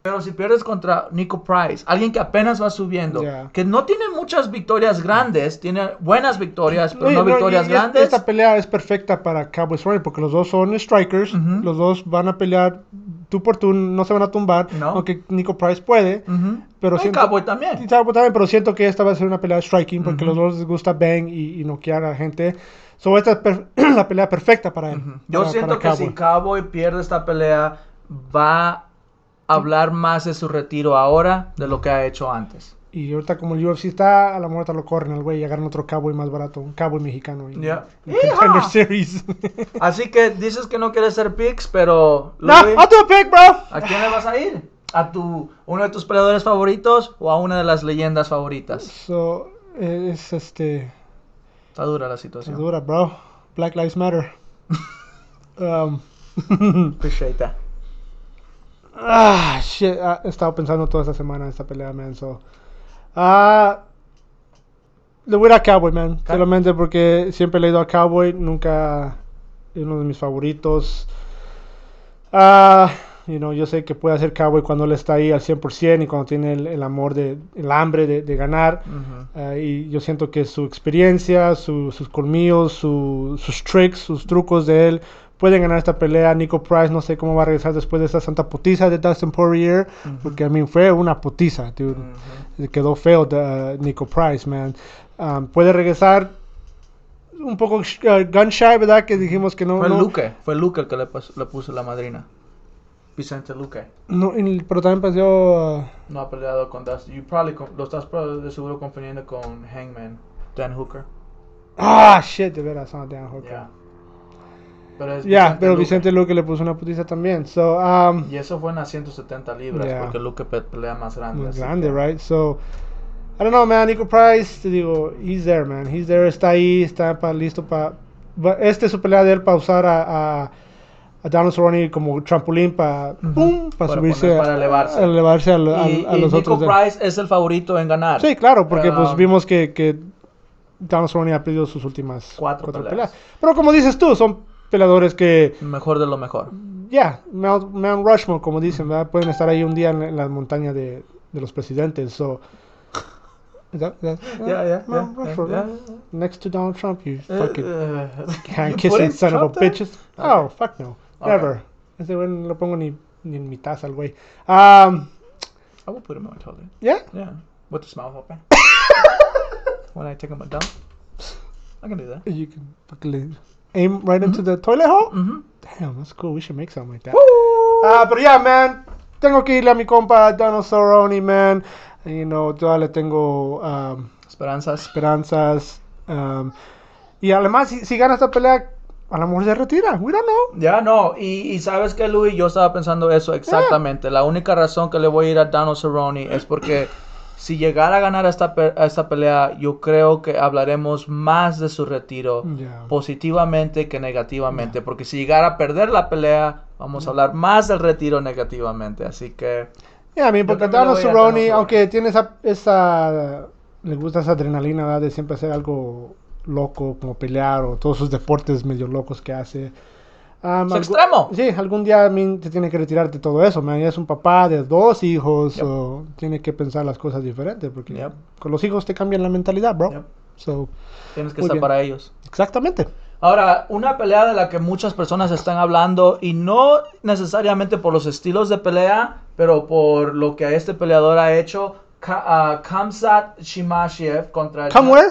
Pero si pierdes contra Nico Price, alguien que apenas va subiendo,
Yeah.
que no tiene muchas victorias grandes, tiene buenas victorias, pero
y-
no,
y-
victorias
y este- es-
grandes.
Esta pelea es perfecta para Cowboy Cerrone porque los dos son strikers,
Ujú.
los dos van a pelear tú por tú, no se van a tumbar,
No.
aunque Nico Price puede,
Ujú.
pero
No, y
siento-
Cowboy también.
Sí, Cowboy también, pero siento que esta va a ser una pelea de striking porque
Ujú.
los dos les gusta bang y, y noquear a la gente. So esta es per- la pelea perfecta para él.
Yo
para-
siento
para
que si
Cowboy.
Cowboy pierde esta pelea, va a hablar más de su retiro ahora de lo que ha hecho antes.
Y ahorita como el UFC está, a la muerte lo corren al güey y agarran otro cowboy más barato, un cowboy mexicano. Y,
Ya.
y Contender
¡Hija!
Series.
Así que dices que no quieres ser picks, pero.
no,
Louis,
I'll do a pick, bro.
¿A quién le vas a ir? ¿A tu, uno de tus peleadores favoritos o a una de las leyendas favoritas?
So, eh, es este...
Está dura la
Es
situación.
dura, bro. Black Lives Matter. Um,
Appreciate that.
ah, shit. ah, he estado pensando toda esta semana en esta pelea, man. So, ah, le voy a ir a Cowboy, man.
Ca-
Solamente porque siempre le he ido a Cowboy. Nunca es uno de mis favoritos. Ah, you know, yo sé que puede hacer Cowboy cuando él está ahí al 100% y cuando tiene el, el amor, de, el hambre de, de ganar.
Ujú.
Ah, y yo siento que su experiencia, su- sus colmillos, su- sus tricks, sus trucos de él pueden ganar esta pelea. Nico Price no sé cómo va a regresar después de esa santa putiza de Dustin Poirier,
Ujú.
porque a mí fue una putiza, dude.
Ujú.
Quedó feo de, uh, Nico Price, man. Ah, puede regresar un poco sh- ah, gun shy, ¿verdad? Que dijimos que no.
Fue
no-
Luque, fue Luque el que le, pas- le puso la madrina. Vicente Luque.
no, en el- pero también pasó. ah,
No ha peleado con Dustin. You probably con- lo estás prob- de seguro confundiendo con Hangman, Dan Hooker.
Ah, shit, de veras. ah, damn, okay.
Yeah. Pero es
Ya, pero
Luque.
Vicente Luque le puso una putiza también. So, um,
Y eso fue en las 170 libras,
Yeah.
porque Luque pe- pelea más grande.
Muy
así
grande,
que-
right? So, I don't know, man. Nico Price, te digo, he's there, man. He's there, está ahí, está pa- listo para. Este es su pelea de él para usar a, a, a Donald Cerrone como trampolín para.
Ujú.
¡Pum! Para
Para
subirse.
poner-
a-
para elevarse.
a elevarse a, lo- a-
Y,
a
y
los
Nico
otros. de-
Price es el favorito en ganar.
Sí, claro, porque pues
Um,
vimos que, que Donald Cerrone ha perdido sus últimas
Cuatro peleas.
Pero como dices tú, son peleadores que.
Mejor de lo mejor.
Ya, Mount, Mount Rushmore, como dicen, ¿verdad? Pueden estar ahí un día en, en las montañas de, de los presidentes. So, Is that- that-
Yeah, yeah,
Mount
yeah,
Rushmore,
yeah,
right?
yeah, yeah.
Next to Donald Trump, you fucking
Eh, eh,
hand
you
kissing
putting
son of a
Trump there?
bitches. Oh, fuck no.
Okay.
Never. Ese güey no lo pongo ni, ni en mi taza al güey. Um,
I will put him in my toilet.
yeah,
Yeah, with his mouth open. when I take him a dump. I can do that.
you can fucking aim right into the toilet hole.
Mm-hmm.
Damn, that's cool. We should make something like that.
Woo!
Ah, pero ya, man. Tengo que irle a mi compa Donald Cerrone, man. You know, todavía le tengo um,
Esperanzas.
esperanzas. um, y además, si, si gana esta pelea, a lo mejor se retira. We don't know.
Ya no, y, y sabes que Luis, yo estaba pensando eso exactamente. La única razón que le voy a ir a Donald Cerrone es porque si llegara a ganar esta, pe- a esta pelea, yo creo que hablaremos más de su retiro
Ya.
positivamente que negativamente. Porque si llegara a perder la pelea, vamos
Mm.
a hablar más del retiro negativamente. Así que,
Yeah, I mean,
Yo
porque
también le
Donald
voy a
Cerrone,
Donald
aunque tiene esa, esa. Le gusta esa adrenalina, ¿verdad? De siempre hacer algo loco, como pelear o todos sus deportes medio locos que hace. Um,
Es
algu-
extremo.
Sí, algún día I mean, te tiene que retirar de todo eso. Man. Ya es un papá de dos hijos,
Yep.
so, tiene que pensar las cosas diferentes porque
Yep.
con los hijos te cambian la mentalidad, bro.
yep,
So,
tienes que
Muy
estar
bien.
para ellos.
exactamente.
Ahora, una pelea de la que muchas personas están hablando y no necesariamente por los estilos de pelea, pero por lo que este peleador ha hecho, Ka- ah, Kamsat Shimashev contra
Come where?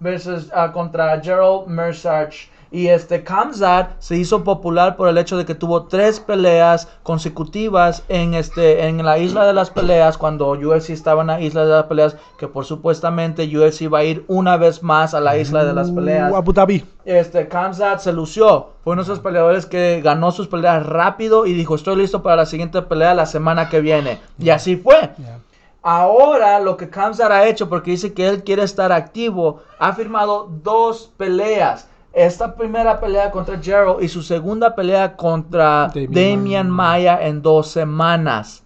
versus ah, contra Gerald Mersarch. Y este Kamzat se hizo popular por el hecho de que tuvo tres peleas consecutivas en este en la isla de las peleas cuando UFC estaba en la isla de las peleas que por supuestamente UFC va a ir una vez más a la isla de las peleas.
Uh, Abu Dhabi.
Este, Kamsat se lució. Fue uno de esos peleadores que ganó sus peleas rápido y dijo, estoy listo para la siguiente pelea la semana que viene. Y así fue.
Yeah.
Ahora lo que Kamsat ha hecho, porque dice que él quiere estar activo, ha firmado dos peleas. Esta primera pelea contra Gerald y su segunda pelea contra
Damian
Damian
Maya.
Maya en dos semanas.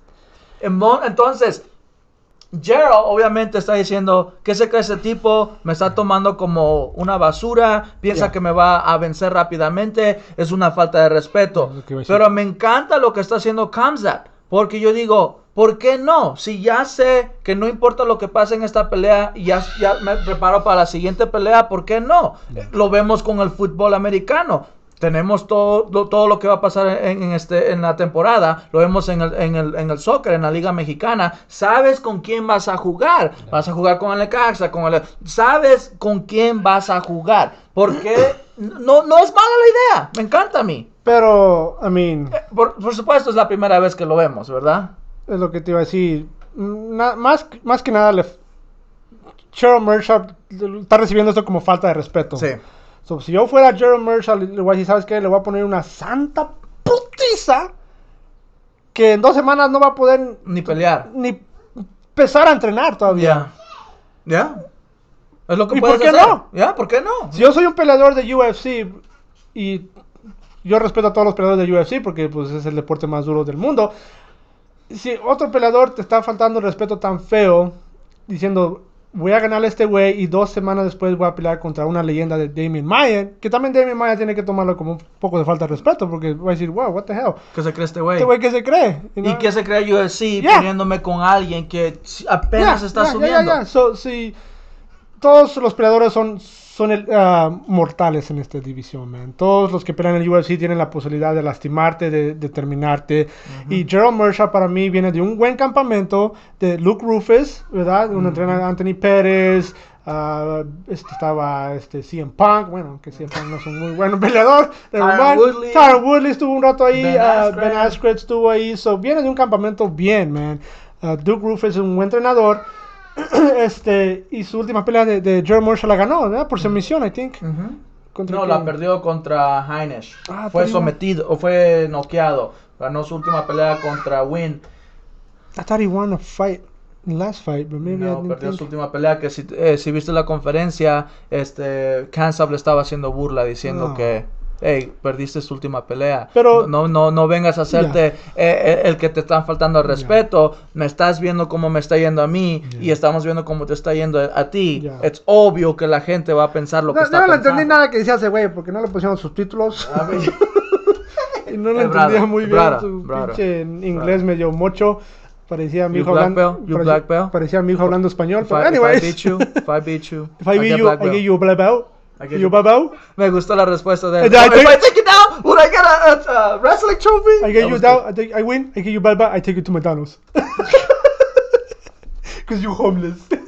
En mon- Entonces, Gerald obviamente está diciendo, ¿qué se cree ese tipo? Me está tomando como una basura, piensa
Ya.
que me va a vencer rápidamente, es una falta de respeto.
Es lo que iba a decir.
Pero me encanta lo que está haciendo Kamzat, porque yo digo, ¿por qué no? Si ya sé que no importa lo que pase en esta pelea, ya, ya me preparo para la siguiente pelea, ¿por qué no? Eh, Lo vemos con el fútbol americano. Tenemos todo, lo- todo lo que va a pasar en, en este, en la temporada, lo vemos en el, en, el, en el soccer, en la liga mexicana. Sabes con quién vas a jugar. Vas a jugar con el Necaxa, con el... Sabes con quién vas a jugar. Porque no, no es mala la idea. Me encanta a mí.
Pero, I mean,
Por, por supuesto, es la primera vez que lo vemos, ¿verdad?
es lo que te iba a decir. na- más, más que nada, le, Cheryl Mershaw está recibiendo esto como falta de respeto.
Sí.
So, si yo fuera Gerald Mershaw, le le voy a decir, ¿sabes qué? Le voy a poner una santa putiza que en dos semanas no va a poder
Ni pelear.
ni empezar a entrenar
Ya.
todavía.
Ya. Es lo que
¿Y
puedes
por qué
hacer.
no?
Ya, ¿por qué no?
Si yo soy un peleador de UFC y yo respeto a todos los peleadores de UFC porque pues es el deporte más duro del mundo. Si otro peleador te está faltando el respeto tan feo diciendo voy a ganarle a este güey y dos semanas después voy a pelear contra una leyenda de Damien Maya, que también Damien Maya tiene que tomarlo como un poco de falta de respeto porque va a decir, wow, what the hell,
¿Qué se cree este güey?
este güey que se cree.
¿Y
no-
qué se cree UFC
Ya.
poniéndome con alguien que si- apenas
Ya,
está
ya, ya,
subiendo?
ya, ya. So, sí, todos los peleadores son, son el- ah, mortales en esta división, man. Todos los que pelean en el UFC tienen la posibilidad de lastimarte, de, de terminarte. Y Gerald Mershaw para mí viene de un buen campamento de Luke Rufus, ¿verdad? Un entrenador Anthony Pérez. ah, este, estaba este CM Punk, bueno, que CM Punk no es un muy buen peleador. never
Tyron
mind.
Woodley.
Tyron Woodley estuvo un rato ahí,
Ben
ah,
Askren.
Ben Askren estuvo ahí, so viene de un campamento bien, man. Ah, Duke Rufus es un buen entrenador, este, y su última pelea de, de Jerry Marshall la ganó, ¿verdad? Por sumisión, I think.
Ujú.
Contra
No,
quién?
la perdió contra Heinisch.
Ah,
fue
perdió.
sometido, o fue noqueado. Ganó su última pelea contra Win.
I thought he won a fight, last fight, but maybe I
No,
didn't
perdió
think-
su última pelea. Que si, eh, si viste la conferencia, este, Kansas le estaba haciendo burla diciendo
No.
que, hey, perdiste su última pelea.
Pero-
no, no, no vengas a hacerte eh, eh, el que te están faltando al
Ya.
respeto. Me estás viendo cómo me está yendo a mí y
Ya.
estamos viendo cómo te está yendo a, a ti.
Ya.
Es obvio que la gente va a pensar lo
No,
que está
no le
pensando. Ah,
entendí nada que decía ese güey, porque no le pusieron subtítulos.
A ver,
y no le
Eh, brother,
entendía muy bien
brother,
su
brother,
pinche en inglés medio mocho. Parecía mi
You
hijo
black
hablando.
belt, you black
Parecía,
belt.
parecía mi hijo hablando español,
if
pero
I- if I
anyways.
beat you, if I beat you,
If I
I
be
get
you,
black
I
belt.
get you a black
I
belt.
get
You
you-
a black belt.
Me gustó la respuesta de
I
él. Oh,
think-
if I take it down, would I get a, a- a wrestling trophy?
I
That
get you
was
down,
good.
I, take, I win, I get you back, back, I take you to McDonald's. Because you're homeless.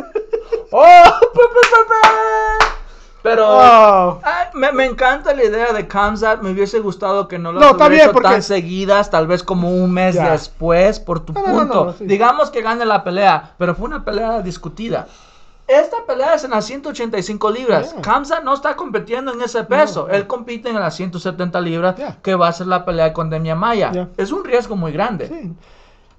Oh, pe, pe, pe, pe. Pero
Oh.
ay, me, me encanta la idea de Kamsat. Me hubiese gustado que no las
No,
hubiera
está bien,
hecho
porque-
tan seguidas, tal vez como un mes
Ya.
después, por tu
No, no, no,
punto.
no, sí.
Digamos que gane la pelea, pero fue una pelea discutida. Esta pelea es en las 185 libras.
Ya.
Kamsat no está compitiendo en ese peso.
no.
Él compite en las 170 libras,
Ya.
que va a ser la pelea con Demia Maya.
Ya.
Es un riesgo muy grande.
Sí.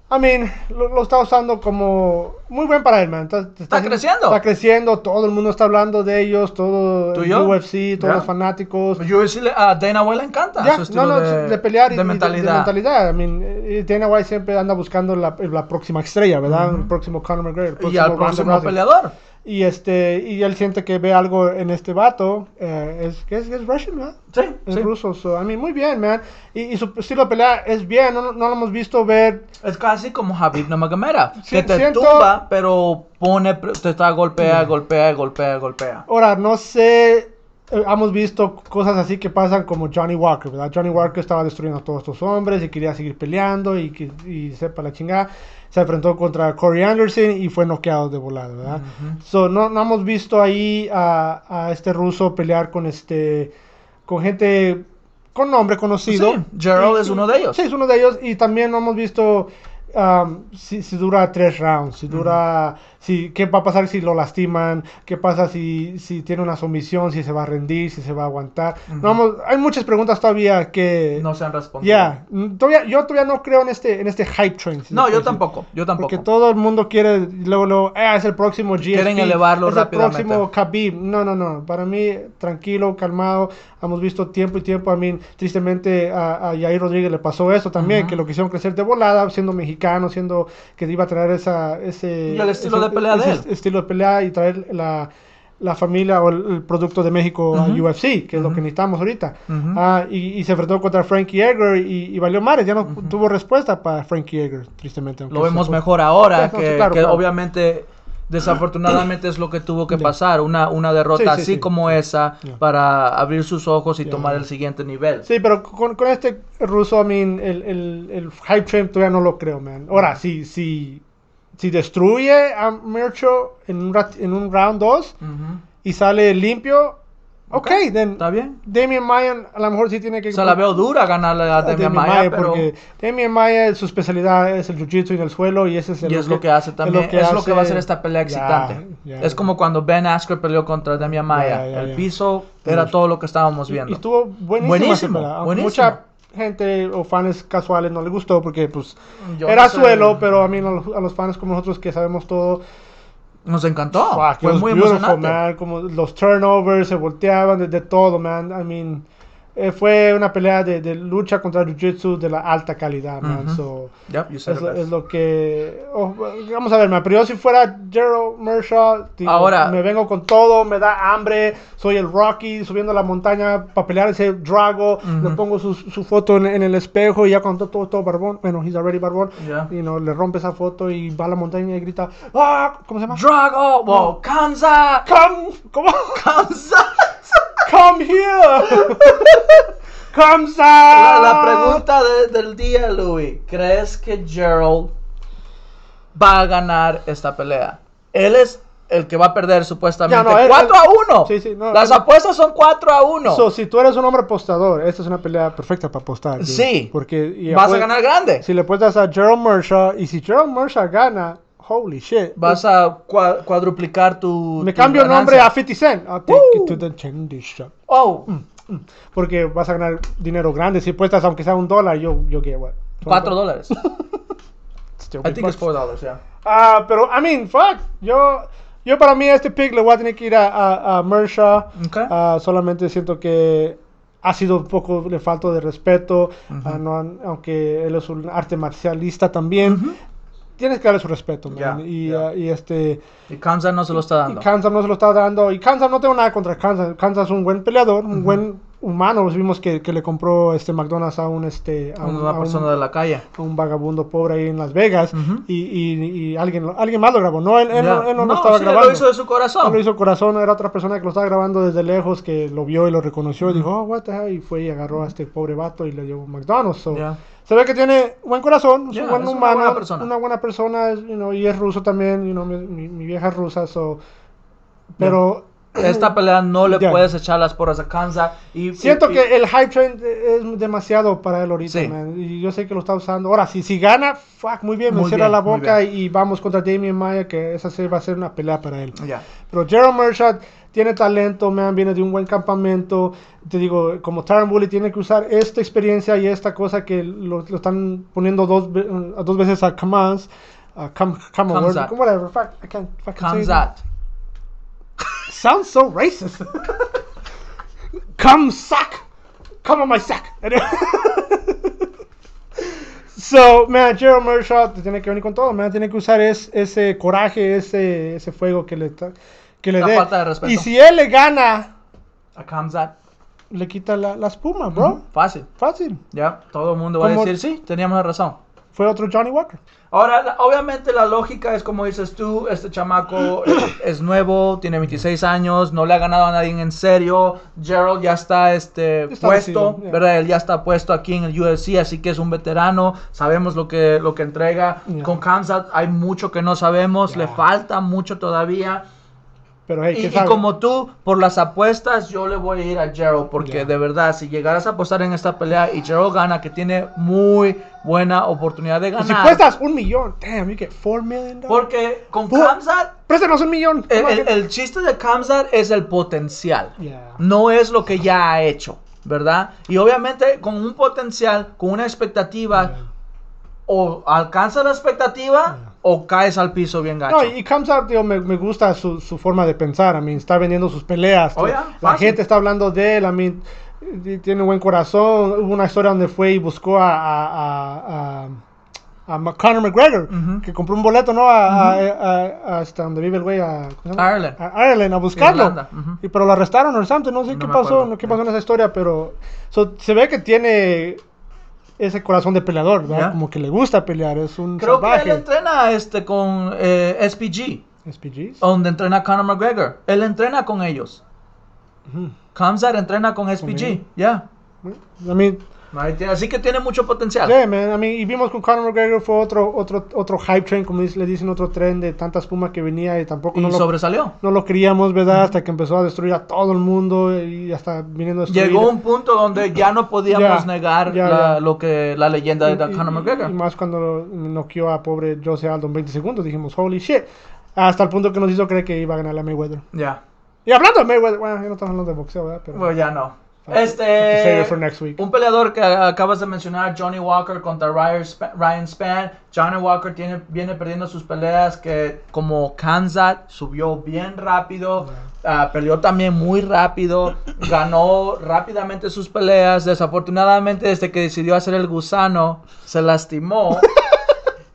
I mean, lo, lo está usando como muy buen para él, man. Está, está-
Está creciendo.
Está creciendo, todo el mundo está hablando de ellos, todo
¿Tú y
el
yo?
UFC,
Ya.
todos
Pues
los fanáticos.
Yo decirle a Dana White le encanta
Ya,
su estilo
no, no,
de,
de, pelear y
de
y
mentalidad.
De, mentalidad. I mean, eh, Dana White siempre anda buscando la, la próxima estrella, ¿verdad? El próximo Conor McGregor. El próximo
y al
Ronda
próximo
Rousey.
peleador.
Y este, y él siente que ve algo en este vato, eh, es que es, es Russian, ¿verdad?
Sí,
Es
sí.
ruso, so, I mean, muy bien, man. Y, y su estilo de pelea es bien, no, no lo hemos visto ver.
Es casi como Javid Namagamera,
Sí,
que te
siento-
tumba, pero pone, pre- te está golpea, golpea, golpea, golpea.
Ahora, no sé, eh, hemos visto cosas así que pasan como Johnny Walker, ¿verdad? Johnny Walker estaba destruyendo a todos estos hombres y quería seguir peleando y, que- y sepa la chingada. Se enfrentó contra Corey Anderson y fue noqueado de volada, ¿verdad? So, no, no hemos visto ahí a, a este ruso pelear con este con gente con nombre conocido.
Sí, Gerald
Y-
es uno de ellos.
Sí, es uno de ellos. Y también no hemos visto um, si, si dura tres rounds, si dura, si, qué va a pasar si lo lastiman, qué pasa si, si tiene una sumisión, si se va a rendir, si se va a aguantar. No hemos- hay muchas preguntas todavía que...
No se han respondido.
Ya, mm, todavía, yo todavía no creo en este, en este hype train. si se
No,
puede
yo
decir.
tampoco, yo
Porque
tampoco.
todo el mundo quiere, y luego, luego, ah, es el próximo GSP.
Quieren elevarlo
es
rápidamente.
el próximo Khabib. No, no, no. Para mí, tranquilo, calmado. Hemos visto tiempo y tiempo. A mí, tristemente, a, a Yair Rodríguez le pasó eso también,
Ujú.
que lo quisieron crecer de volada, siendo mexicano, siendo que iba a traer esa, ese...
Y el estilo
ese-
de pelea de
ese
él.
est- estilo de pelea y traer la, la familia o el, el producto de México a
Ujú.
UFC, que es lo que necesitamos ahorita.
Ujú.
Ah, y, y se enfrentó contra Frankie Edgar y, y valió mares. Ya no tuvo respuesta para Frankie Edgar, tristemente. aunque
Lo vemos
se-
mejor ahora,
Sí, no,
que,
sí, claro,
que
claro.
obviamente, desafortunadamente es lo que tuvo que
Ya.
pasar, una, una derrota
Sí, sí,
así
sí.
como esa
Ya.
para abrir sus ojos y
Ya.
tomar el siguiente nivel.
Sí, pero con, con este ruso, I mean, el, el, el hype train todavía no lo creo, man. Ahora, si, si, si destruye a Mircho en un, rat- en un round 2
Ujú.
y sale limpio, Ok, then
¿Está bien?
Damian Mayan a lo mejor sí tiene que...
Se la veo dura ganarle a Demian Maia, pero...
porque Damian Maia, su especialidad es el jiu-jitsu en el suelo y ese es, el-
Y es lo que hace también, es lo que,
hace-
va a hacer esta pelea
Ya,
excitante.
ya.
es como cuando Ben Askren peleó contra Demian Maia.
Ya, ya,
el
ya.
piso era todo lo que estábamos
Y
viendo.
estuvo buenísimo.
Buenísimo, buenísimo.
Mucha gente o fans casuales no le gustó porque pues
Yo
era
no sé.
suelo, pero a mí a los, a los fans como nosotros que sabemos todo,
Nos encantó.
fuck, it
Ah, Fue
was
muy
beautiful,
emocionante.
man, como los turnovers se volteaban de, de todo, man. I mean, eh, fue una pelea de, de lucha contra jiu-jitsu de la alta calidad, man.
Ujú.
So,
Yep, you said
es,
it
lo-
best.
es lo que. oh, vamos a ver, man, pero yo si fuera Gerald Mershaw, digo,
Ahora-
me vengo con todo, me da hambre, soy el Rocky subiendo la montaña para pelear ese Drago,
Ujú.
le pongo su, su foto en, en el espejo y ya cuando todo, todo barbón, bueno, he's already barbón,
Yeah.
y no, le rompe esa foto y va a la montaña y grita, ¡Ah! ¿Cómo se llama?
Drago, wow, Kamzat,
¡Come! ¿Cómo?
Kamzat.
¡Come here! ¡Come out!
La,
Ah.
la pregunta de- del día, Louis. ¿Crees que Gerald va a ganar esta pelea? Él es el que va a perder supuestamente.
Ya, no, él-
4
él-
a 1.
Sí, sí, no,
Las
él-
apuestas son 4 a 1.
So, si tú eres un hombre apostador, esta es una pelea perfecta para apostar. dude.
Sí.
Porque y
Vas a
apuest-
ganar grande.
Si le apuestas a Gerald Mershaw y si Gerald Mershaw gana, holy shit.
Vas a cua- cuadruplicar tu.
me
tu
cambio el
ganancia.
nombre a 50 Cent. I'll take
Woo.
it to the candy shop.
Oh,
Porque vas a ganar dinero grande. Si apuestas, aunque sea un dólar, yo, yo get what?
4 dólares. I
Stupid
think it's
bucks.
4 dólares, yeah.
Ah, pero, I mean, fuck. Yo, yo para mí este pick le voy a tener que ir a, a, a Mershaw.
Ok.
Ah, solamente siento que ha sido un poco le falta de respeto. Ah, no han- aunque él es un arte marcialista también. Tienes que darle su respeto, man.
Ya,
y,
ya.
ah, y este.
Y Kamzat no se lo está
Y
dando.
Kansas no se lo está dando. Y Kansas no tengo nada contra Kansas. Kansas es un buen peleador, un buen humano. Vimos que, que le compró este McDonald's a un este a un, a
Una
un-
persona de la calle.
a un vagabundo pobre ahí en Las Vegas.
Ujú.
Y, y- y alguien alguien más lo grabó. No, él, él
Yeah.
no, él no lo estaba
sí, él
grabando.
lo hizo de su corazón.
No lo hizo corazón, era otra persona que lo estaba grabando desde lejos, que lo vio y lo reconoció y dijo, oh, what the hell, y fue y agarró a este pobre vato y le dio un McDonald's. So,
Ya.
Se ve que tiene buen corazón, es
Ya,
un buen
es una
humano,
buena persona.
una buena persona, you know, y es ruso también, you know, mi, mi- mi vieja es rusa, so, pero
Esta pelea no le
Ya.
puedes echar las porras a Kansas. Y,
siento
y- y-
que el hype train es demasiado para él ahorita,
Sí.
man, y yo sé que lo está usando. Ahora, si, si gana, fuck, muy bien,
Muy
me cierra
bien,
la
muy
boca
bien.
y vamos contra Damien Maya, que esa sí va a ser una pelea para él.
Ya.
Pero Gerald Mershaw tiene talento, man, viene de un buen campamento. Te digo, como Taran Bully tiene que usar esta experiencia y esta cosa que lo, lo están poniendo dos, ve- a dos veces a Kamaz. A Kam, Kam,
Kamzat.
whatever, whatever, fuck, I can't fucking say it.
Kamzat.
Sounds so racist. Come sack. Come on my sack. Anyway. so, man, Gerald Mershaw te tiene que venir con todo, man. Tiene que usar es- ese coraje, ese, ese fuego que le, ta- que le
La
dé.
falta de respeto.
Y si él le gana,
A Kamzat.
le quita la, la espuma, bro.
Fácil.
Fácil.
Ya. Todo el mundo va a
Como-
decir, sí, teníamos la razón.
Fue otro Johnny Walker.
Ahora, la- obviamente la lógica es como dices tú, este chamaco eh, es nuevo, tiene 26 años, no le ha ganado a nadie en serio, Gerald ya está, este, puesto,
Establecido, ya.
¿verdad? Él ya está puesto aquí en el UFC, así que es un veterano, sabemos lo que, lo que entrega.
Ya.
Con Kansas hay mucho que no sabemos, le
Ya.
falta mucho todavía.
Pero hey,
Y,
¿qué
y
sabe?
como tú, por las apuestas, yo le voy a ir a Gerald, porque
Ya.
de verdad, si llegaras a apostar en esta pelea y Gerald gana, que tiene muy buena oportunidad de
Y
ganar.
si cuestas un millón, damn, you get four million dollars.
Porque con
Por-
Kamzat,
Préstanos un millón.
el,
Come on,
el-
get-
el chiste de Kamzat es el potencial.
Yeah.
No es lo que ya ha hecho, ¿verdad? Y obviamente con un potencial, con una expectativa,
Yeah.
o alcanzas la expectativa o caes al piso bien gacho.
No, y Comes Up, tío, me, me gusta su, su forma de pensar. A mí, está vendiendo sus peleas. tío.
Oh, yeah,
La
fácil.
gente está hablando de él. A mí, y tiene buen corazón. Hubo una historia donde fue y buscó a, a, a, a, a Ma- Conor McGregor,
Ujú.
que compró un boleto, ¿no? A, a- a- a- hasta donde vive el güey, a, ¿cómo se llama?
Ireland.
A Ireland, a buscarlo.
Irlanda, ujú.
y, pero lo arrestaron, o something, No sé
No
qué
me
pasó,
acuerdo.
no, qué pasó en esa historia, pero so, se ve que tiene ese corazón de peleador, ¿verdad?
Yeah.
Como que le gusta pelear, es un
Creo
salvaje.
que él entrena este con eh, SPG,
SPGs.
donde entrena Conor McGregor. Él entrena con ellos.
Ujú.
Kamzat entrena con SPG,
ellos.
ya.
I mean,
Ahí tiene- Así que tiene mucho potencial.
Yeah, man. I mean, y vimos con Conor McGregor fue otro, otro, otro hype train, como dice- le dicen, otro tren de tanta espuma que venía y tampoco
y
no, lo,
sobresalió.
no lo queríamos, ¿verdad? Hasta que empezó a destruir a todo el mundo y hasta viniendo a destruir.
Llegó un punto donde ya no podíamos
Ya,
negar
ya,
la-
ya.
lo que la leyenda de Conor McGregor.
y más cuando noqueó a pobre Jose Aldo en 20 segundos, dijimos, holy shit. Hasta el punto que nos hizo creer que iba a ganar la Mayweather.
ya,
Y hablando de Mayweather, bueno, ya no estamos hablando de boxeo, ¿verdad? Pero
bueno, ya no.
I'll- I'll save
Este,
it for next week.
un peleador que acabas de mencionar, Johnny Walker contra Ryan Sp- Ryan Spann. Johnny Walker tiene, viene perdiendo sus peleas que como Kansas subió bien rápido, ah, perdió también muy rápido, ganó rápidamente sus peleas. Desafortunadamente desde que decidió hacer el gusano, se lastimó.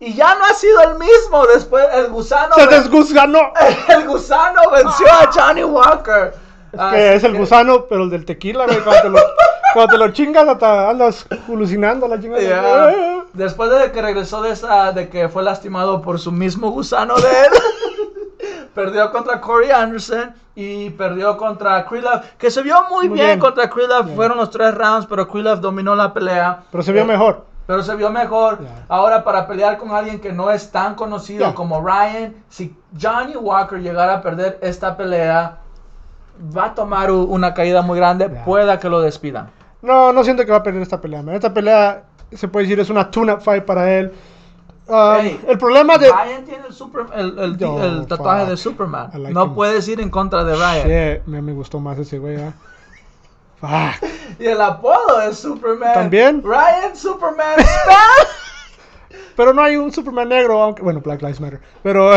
Y ya no ha sido el mismo después el gusano.
¡Se
de-
desgus- ganó!
El gusano venció a Johnny Walker. Ah, Así
que es el gusano, pero el del tequila, güey. Cuando te lo, cuando te lo chingas, hasta andas alucinando la chingada.
ya. Después de que regresó de esa, de que fue lastimado por su mismo gusano de él, perdió contra Corey Anderson y perdió contra Krylov, que se vio muy,
Muy
bien,
bien.
contra Krylov.
Bien.
Fueron los tres rounds, pero Krylov dominó la pelea.
Pero se vio
Eh,
mejor.
Pero se vio mejor.
Ya.
Ahora, para pelear con alguien que no es tan conocido
Ya.
como Ryan, si Johnny Walker llegara a perder esta pelea, va a tomar u- una caída muy grande.
Ya.
Pueda que lo despidan.
No, no siento que va a perder esta pelea. man. Esta pelea, se puede decir, es una tune-up fight para él. Ah,
Hey,
el problema de.
Ryan tiene el, super- el, el-
Yo,
el tatuaje
fuck.
de Superman.
I like
no
him.
puedes ir en contra de Ryan.
Shit, me, me gustó más ese güey, ¿eh? Fuck.
Y el apodo es Superman.
También.
Ryan Superman Stan.
Pero no hay un Superman negro, aunque. Bueno, Black Lives Matter. Pero.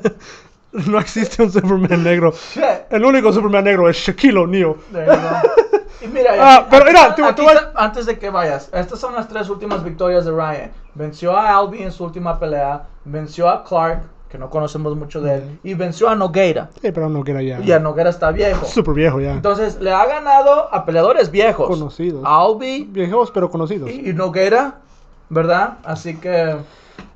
no existe un Superman negro.
Shit.
El único Superman negro es Shaquille O'Neal.
There you go. Y mira,
Ah,
aquí-
pero
aquí
mira,
está-
te- te
aquí
voy-
está- antes de que vayas, estas son las tres últimas victorias de Ryan. Venció a Albi en su última pelea, venció a Clark, que no conocemos mucho de él, y venció a Nogueira.
Sí, pero no queda ya.
Y a Nogueira está viejo.
Súper viejo ya.
Entonces, le ha ganado a peleadores viejos.
Conocidos.
Albi
Viejos pero conocidos.
y, y Nogueira, ¿verdad? Así que...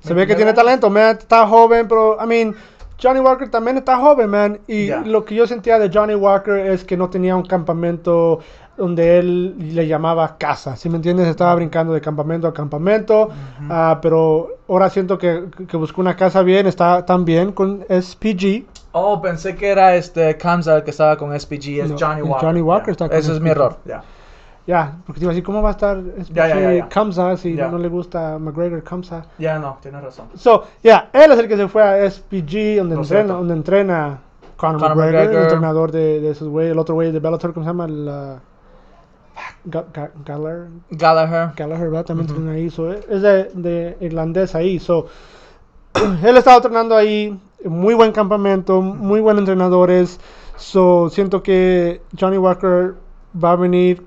Se ve que tiene talento, man. Está joven, pero, I mean, Johnny Walker también está joven, man. Y
Ya.
lo que yo sentía de Johnny Walker es que no tenía un campamento donde él le llamaba casa. Si me entiendes, estaba brincando de campamento a campamento. Ah, pero ahora siento que, que buscó una casa bien, está tan bien con SPG.
Oh, pensé que era este Kamza el que estaba con SPG, es
No,
Johnny
el
Walker.
Johnny Walker
Ya.
está con
Ese es mi
SPG.
error, ya.
Ya, porque te iba a decir, ¿cómo va a estar SPG
Ya, ya, ya, ya.
Kamsa si
Ya.
no le gusta McGregor Kamsa?
Ya no, tienes razón.
So, yeah, él es el que se fue a SPG, donde,
Lo
entrena,
siento.
donde entrena Conor
Conor
McGregor,
McGregor.
el entrenador de, de esos güeyes, el otro güey de Bellator, ¿cómo se llama? La... Ga- Ga- Gallagher,
Gallagher.
Gallagher, ¿verdad? También entrena ahí, so, eh, es de, de irlandés ahí, so, él estaba entrenando ahí, muy buen campamento, muy buenos entrenadores, so, siento que Johnny Walker va a venir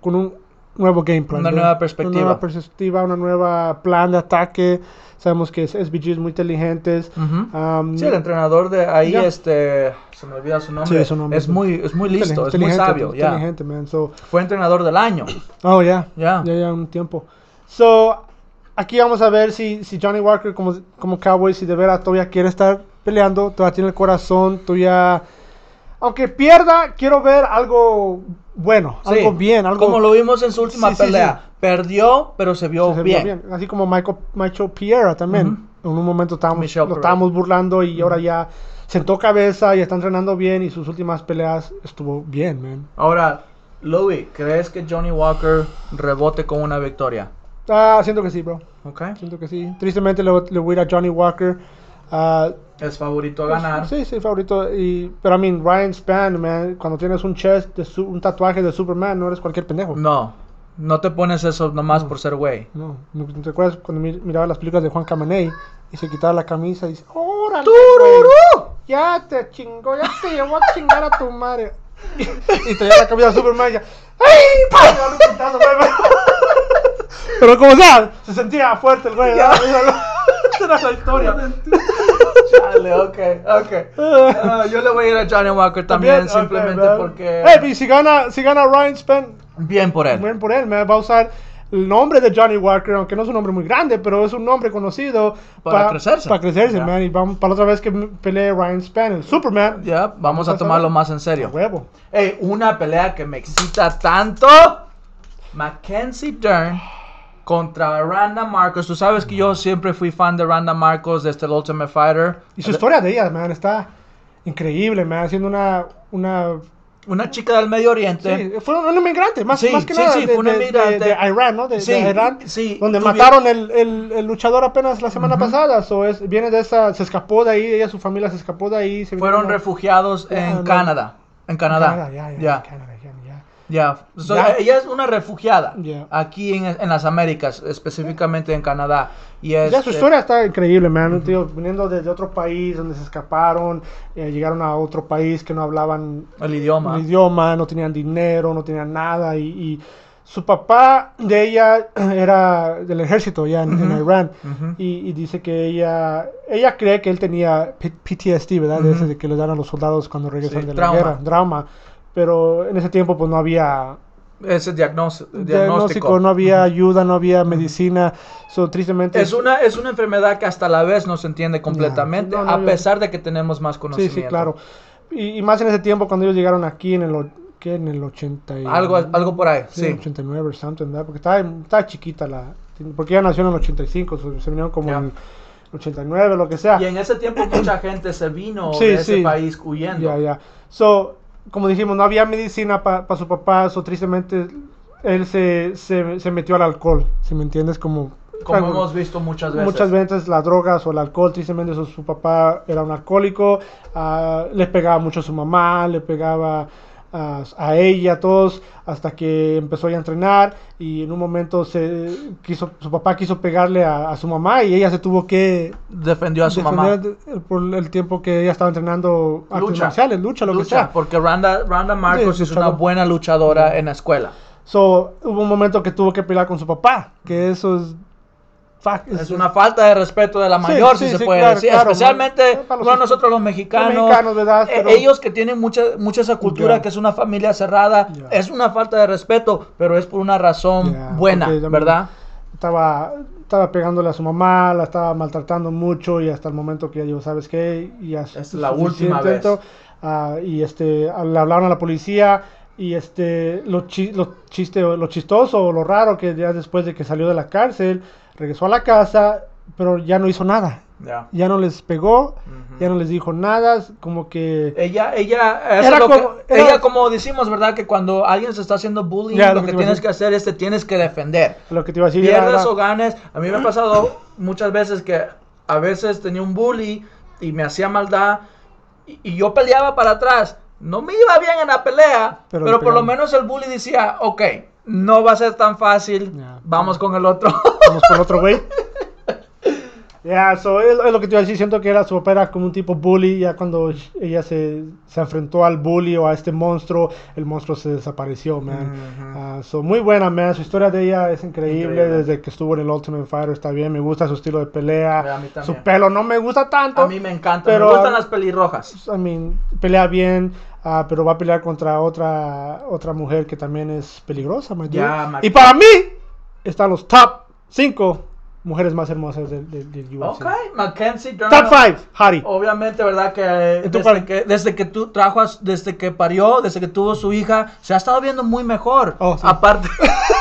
con un nuevo game plan.
Una
¿no?
nueva perspectiva.
Una nueva perspectiva, una nueva plan de ataque, sabemos que es SBG es muy inteligentes,
Ujú.
um,
Sí, el entrenador de ahí,
Ya.
este, se me olvida su nombre.
Sí, su nombre.
Es muy, es muy listo, es muy
inteligente,
sabio, ya.
Inteligente, man, so,
Fue entrenador del año.
Oh, ya.
Ya.
Ya, ya, un tiempo. So, aquí vamos a ver si, si Johnny Walker, como, como cowboy, si de veras todavía quiere estar peleando, todavía tiene el corazón, todavía. Aunque pierda, quiero ver algo bueno,
Sí,
algo bien, algo.
Como lo vimos en su última
Sí, sí,
pelea. Perdió, pero se vio
se vea
bien.
Así como Michael, Michael Pierre también. En un momento estábamos,
Michelle
lo
Pereira.
estábamos burlando y ahora ya sentó cabeza y está entrenando bien y sus últimas peleas estuvo bien, man.
Ahora, Louis, ¿crees que Johnny Walker rebote con una victoria?
Ah, siento que sí, bro.
¿Ok?
Siento que sí. Tristemente le, le voy a ir a Johnny Walker. Ah,
Es favorito a ganar.
Pues, Sí, sí, favorito. Y, pero, I mean, Ryan Spann, man, cuando tienes un chest, de su- un tatuaje de Superman, no eres cualquier pendejo.
No, no te pones eso nomás por ser güey.
pues. No. ¿Te acuerdas cuando mi- miraba las películas de Juan Camaney y se quitaba la camisa y dice, ¡Órale! güey! Ya te chingó, ya te llevó a chingar a tu madre. y traía la camisa de Superman y ya, ¡Ay! pa! Le daba un putazo, güey. Pero como sea, se sentía fuerte el güey.
Ya.
¿verdad? Era la historia.
Chale, ok, ok. Ah, yo le voy a ir a Johnny Walker también,
ok,
simplemente
man.
porque.
Eh, y si gana, si gana Ryan Spann,
Bien por él.
Bien por él, man. va a usar el nombre de Johnny Walker, aunque no es un nombre muy grande, pero es un nombre conocido
Para
pa-
crecerse.
Para crecerse,
Ya.
man. Y vamos para la otra vez que pelee Ryan Spann, el Superman.
Ya, vamos a tomarlo más en serio.
Huevo.
Ey, una pelea que me excita tanto. Mackenzie Dern contra Randa Marcos. Tú sabes que yo siempre fui fan de Randa Marcos desde el Ultimate Fighter.
Y su historia de ella, man, está increíble, man, siendo una... una
Una chica del Medio Oriente.
sí, fue un inmigrante, más,
Sí,
más que
sí,
nada
sí,
de,
fue un
de- de-
inmigrante.
de Irán, ¿no? De, de
Sí,
Irán,
sí,
donde
tuvi-
mataron el, el- el luchador apenas la semana pasada. So es, viene de esa, se escapó de ahí, ella, su familia se escapó de ahí. se
Fueron
vino a-
refugiados
Ya,
en
no.
Canadá. En Canadá.
Canadá, ya, ya,
Ya,
Canadá, ya, ya.
ya. So, e-,
Ya.
Ella es una refugiada.
Ya.
Aquí en, en las Américas, específicamente en Canadá. Y
Ya, su
este-
historia está increíble, man. Un tío viniendo desde otro país donde se escaparon, eh, llegaron a otro país que no hablaban
El idioma.
el idioma, no tenían dinero, no tenían nada. Y, y su papá de ella era del ejército ya en, en
Ujú.
Irán.
Ujú.
Y, y dice que ella ella cree que él tenía P- PTSD, ¿verdad? De
Ujú.
ese de que le dan a los soldados cuando regresan
Sí,
de la
trauma.
guerra, drama. Pero en ese tiempo pues no había
Ese diagnóstico.
diagnóstico, no había ayuda, no había medicina. So, tristemente
Es una, es una enfermedad que hasta la vez no se entiende completamente,
No, no,
a
yo-
pesar de que tenemos más
Sí,
conocimiento.
sí, claro. Y, y más en ese tiempo cuando ellos llegaron aquí en el, o- ¿qué? En el 80 y-
Algo, algo por ahí,
sí,
sí.
89 o something, ¿verdad? Porque estaba, estaba chiquita la... Porque ella nació en el 85, so, se vinieron como
Ya.
en el 89, lo que sea.
Y en ese tiempo mucha gente se vino
Sí,
de ese
sí.
país huyendo.
Ya, ya. So, como dijimos, no había medicina para su papá, so tristemente él se, se, se metió al alcohol, si me entiendes, como...
Como
algo-
hemos visto muchas veces.
Muchas veces las drogas o el alcohol, tristemente eso, su papá era un alcohólico, ah, le pegaba mucho a su mamá, le pegaba a, a ella, a todos, hasta que empezó ya a entrenar y en un momento se quiso, su papá quiso pegarle a, a su mamá y ella se tuvo que
Defendió a su mamá.
defender de- por el tiempo que ella estaba entrenando artes
Lucha.
marciales, lucha, lo que
Lucha,
sea.
porque Randa, Randa Marcos
Sí,
es una
luchador.
buena luchadora en la escuela.
So, hubo un momento que tuvo que pelear con su papá, que eso es... fuck,
Es una falta de respeto de la mayor,
sí,
si se
sí,
puede
claro,
decir.
claro,
Especialmente,
¿no? Para los
bueno,
hijos-
nosotros los mexicanos,
los mexicanos, ¿verdad?
eh,
Pero-
ellos que tienen mucha, mucha esa cultura,
Ya.
que es una familia cerrada,
Ya.
es una falta de respeto, pero es por una razón
Ya,
buena,
porque también-
¿verdad?
estaba, estaba pegándole a su mamá, la estaba maltratando mucho y hasta el momento que ya digo, ¿sabes qué? Y ya
Es la última vez.
suficiente, ah, y este, a- le hablaron a la policía y este, lo, chi- lo, chiste, lo chistoso o lo raro que ya después de que salió de la cárcel, regresó a la casa, pero ya no hizo nada.
Ya.
Ya no les pegó,
Ujú.
ya no les dijo nada, como que...
Ella, ella, eso
Era
es lo
como-
que-
era-
ella como decimos, ¿verdad? Que cuando alguien se está haciendo bullying,
Ya,
lo
lo
que
que te iba a
tienes
decir.
que hacer es te tienes que defender.
Lo que te iba a decir era-
pierdas
era-
o ganes. A mí me ha pasado muchas veces que a veces tenía un bully y me hacía maldad y, y yo peleaba para atrás. No me iba bien en la pelea, pero,
Pero le
por lo
pegaban.
menos el bully decía, ok, no va a ser tan fácil,
Ya.
vamos con el otro.
Vamos con otro güey. Ya, so, es, es lo que te iba a decir. Siento que era su papá era como un tipo bully. Ya cuando sh- ella se, se enfrentó al bully o a este monstruo, el monstruo se desapareció, man.
Ujú.
Ah, so, muy buena, man. Su historia de ella es increíble.
Increíble.
Desde que estuvo en el Ultimate Fighter está bien. Me gusta su estilo de pelea.
Ya, a mí también.
su pelo no me gusta tanto.
a mí me encanta,
Pero-
me gustan las pelirrojas.
pues, I mean, pelea bien, ah, pero va a pelear contra otra otra mujer que también es peligrosa, my dude.
Ya, Mac-
Y para mí, están los top 5 mujeres más hermosas del, del, del UFC.
Ok, Mackenzie Dern.
Top 5, Harry.
Obviamente, ¿verdad? Que eh,
¿Y tú
desde,
cuál?
que desde que tú trajo, a- desde que parió, desde que tuvo su hija, se ha estado viendo muy mejor.
Oh, sí.
Aparte.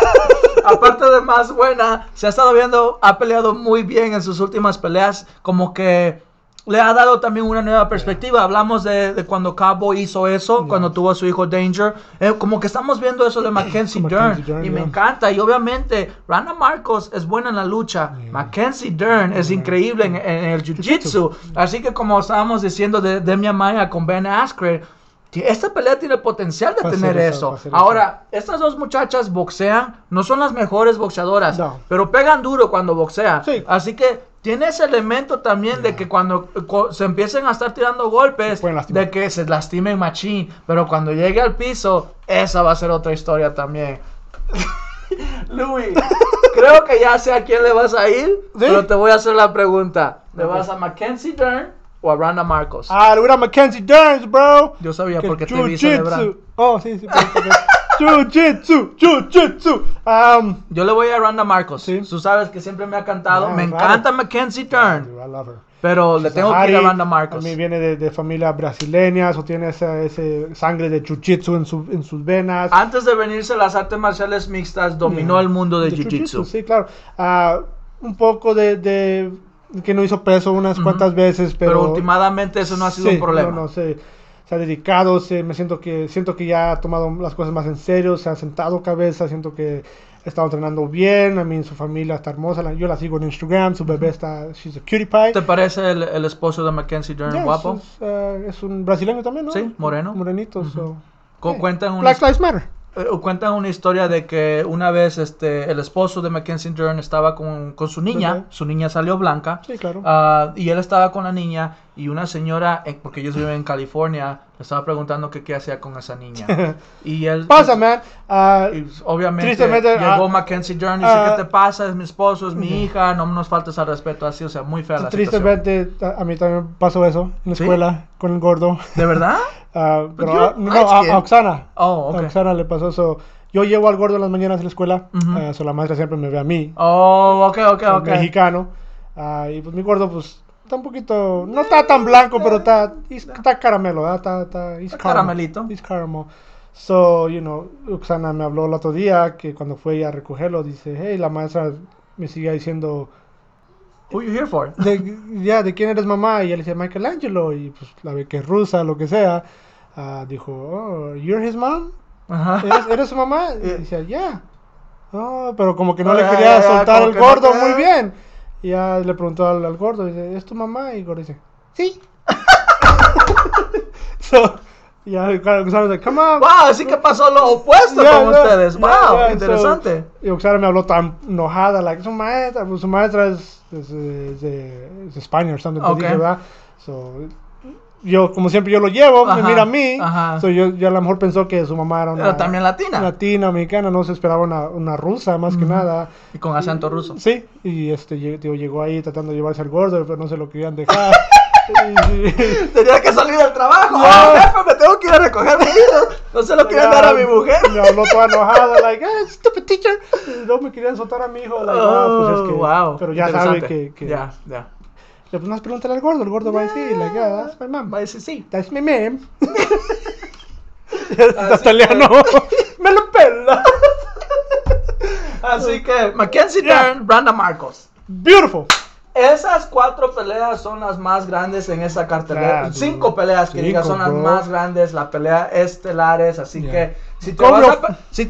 Aparte de más buena, se ha estado viendo, ha peleado muy bien en sus últimas peleas, como que le ha dado también una nueva perspectiva. Hablamos de, de cuando Cabo hizo eso, cuando tuvo a su hijo Danger, Eh, como que estamos viendo eso de Mackenzie Dern,
Mackenzie Dern,
y me
ya.
encanta. Y obviamente, Rana Marcos es buena en la lucha, Mackenzie Dern es increíble en, en el jiu-jitsu. Así que como estábamos diciendo de Demi Maya con Ben Askren, ti- esta pelea tiene potencial de
Va a ser
tener
esa,
eso.
va a ser
Ahora, estas dos muchachas boxean, no son las mejores boxeadoras,
No.
pero pegan duro cuando boxean.
Sí.
Así que tiene ese elemento también de que cuando eh, co- se empiecen a estar tirando golpes,
Se pueden lastimar.
de que se lastimen machín, pero cuando llegue al piso, esa va a ser otra historia también. Luis, creo que ya sé a quién le vas a ir, pero te voy a hacer la pregunta. ¿Le
Ok.
vas a Mackenzie Dern o a Randa Marcos?
Ah, le hubiera Mackenzie Derns, bro.
Yo sabía
Que
porque te vi celebrar.
jiu-jitsu. Oh, sí, sí. pero- porque- Jiu-jitsu, jiu-jitsu. Um,
Yo le voy a Randa Marcos.
Sí.
Tú sabes que siempre me ha cantado.
Ah,
me
claro.
encanta Mackenzie Turn.
I love her.
Pero le tengo que ir Pues a
Sahari,
Randa Marcos.
A mí viene de, de familia brasileña, o tiene esa ese sangre de jiu-jitsu en, su- en sus venas.
Antes de venirse las artes marciales mixtas, dominó el mundo de, Jiu-Jitsu.
Sí, claro. Ah, un poco de, de- que no hizo peso unas cuantas veces, pero...
pero, últimamente eso no ha sido
Sí,
un problema.
No, no, se, se ha dedicado, se- me siento que, siento que ya ha tomado las cosas más en serio, se ha sentado cabeza, siento que ha estado entrenando bien, a mí su familia está hermosa, la- yo la sigo en Instagram, su bebé está, she's a cutie pie.
¿Te parece el, el esposo de Mackenzie Dern
Ya, es
guapo?
un- Es, eh, es un brasileño también, ¿no?
Sí, moreno.
Morenito, so.
Co-
Sí.
Cuentan una,
Black Lives Matter.
eh, cuentan una historia de que una vez este, el esposo de Mackenzie Dern estaba con, con su niña,
Ujú.
su niña salió blanca,
Sí, claro.
Ah, y él estaba con la niña y una señora, eh, porque ellos viven en California, le estaba preguntando que qué hacía con esa niña. y él...
Pasa, man. Ah,
y obviamente
Tristemente,
llegó
ah,
Mackenzie Dern y
ah,
dice, ¿qué te pasa? Es mi esposo, es mi hija, no nos faltes al respeto así, o sea, muy fea la situación.
tristemente, a a mí también pasó eso en la
¿Sí? Pues
escuela con el gordo.
¿De verdad?
Ah,
But
pero
you're
a- no,
light
a,
skin.
a Oxana.
Oh, ok.
A Oxana le pasó eso. Yo llevo al gordo en las mañanas a la escuela.
Ujú.
ah, so la maestra siempre me ve a mí,
Oh, ok, ok,
el
ok.
mexicano. Ah, y pues mi gordo, pues, está un poquito. No está tan blanco, pero está, he's- está caramelo. ah, Está, está, he's
Está
caramel.
caramelito.
He's caramel. So, you know, Oxana me habló el otro día que cuando fue ella a recogerlo, dice: Hey, la maestra me sigue diciendo.
Who you here for?
de, ya, ¿de quién eres mamá? Y él dice, Michelangelo. Y pues la ve que es rusa, lo que sea. ah, dijo, oh, ¿you're his mom?
Ajá.
¿Eres, eres su mamá? Y
Eh.
dice, yeah. No, pero como que no
Ah,
le
ya,
quería
ya, ya,
soltar
como
al
que no
gordo
te-
muy bien. Y ya le preguntó al, al gordo, dice, ¿es tu mamá? Y el gordo dice, sí. so, ya, claro, Oxana dice, come on.
Wow, así que pasó lo opuesto
Yeah,
con
yeah,
ustedes.
yeah,
Wow,
yeah, so-
interesante.
y Oxana me habló tan enojada, like, su maestra, pues, su maestra es, es, eh, es de, es de España o something, te
Ok.
dije, ¿verdad? So, yo, como siempre, yo lo llevo,
Ajá,
me mira a mí,
ajá.
so, yo, yo a lo mejor pensó que su mamá era una...
Era también latina.
Latina, mexicana, no se esperaba una, una rusa, más que nada.
Y con acento ruso.
Sí, y este, lle- tío, llegó ahí tratando de llevarse al gordo, pero no se lo querían dejar. Y- y-
Tenía que salir del trabajo.
No.
Ah, jefe, me tengo que ir a recoger mi hijo. No se lo quieren dar a mi mujer.
Me habló toda enojada, like, "Ah, stupid teacher. Y No me querían soltar a mi hijo. Like, ah, pues es que,
Oh, wow.
Pero ya sabe
interesante.
que. que
Ya, ya.
Le pones pregúntale al gordo, el gordo va a decir, like, yeah, that's my mom.
Va a decir sí.
That's my mom. Italiano. me lo pela.
Así que, Mackenzie
Ya.
Dern, Branda Marcos.
Beautiful.
Esas cuatro peleas son las más grandes en esa cartelera.
Claro.
Cinco peleas que
Cinco,
digas son las
bro.
más grandes, las peleas estelares. Así
Ya.
que si te
¿Cómo?
vas a pe- si-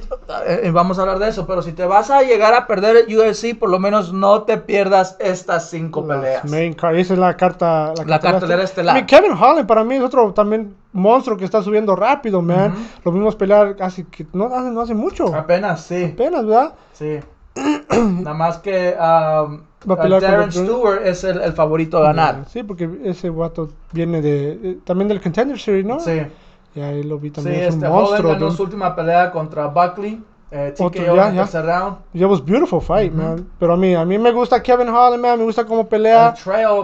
eh, eh, vamos a hablar de eso, pero si te vas a llegar a perder el UFC, por lo menos no te pierdas estas cinco peleas.
Las Main card. Esa es la carta.
La cartelera estelar.
I mean, Kevin Holland para mí es otro también monstruo que está subiendo rápido, man.
Ujú. Ah.
Lo vimos pelear casi que no hace, no hace mucho.
Apenas, sí.
Apenas, ¿verdad?
Sí. Nada más que um,
Va a pelear
Darren
con el-
Stewart es el, el favorito a ganar.
Sí, porque ese guato viene de, de- también del Contender Series, ¿no?
Sí.
Y ahí lo vi
Sí,
también. es un
este joven
monstruo.
ganó
dude.
su última pelea contra Buckley. Eh, TKO
Otro,
en
ya,
el
ya.
tercer round.
It was beautiful fight, man. Pero a mí, a mí me gusta Kevin Holland, man. Me gusta cómo
El
pelea.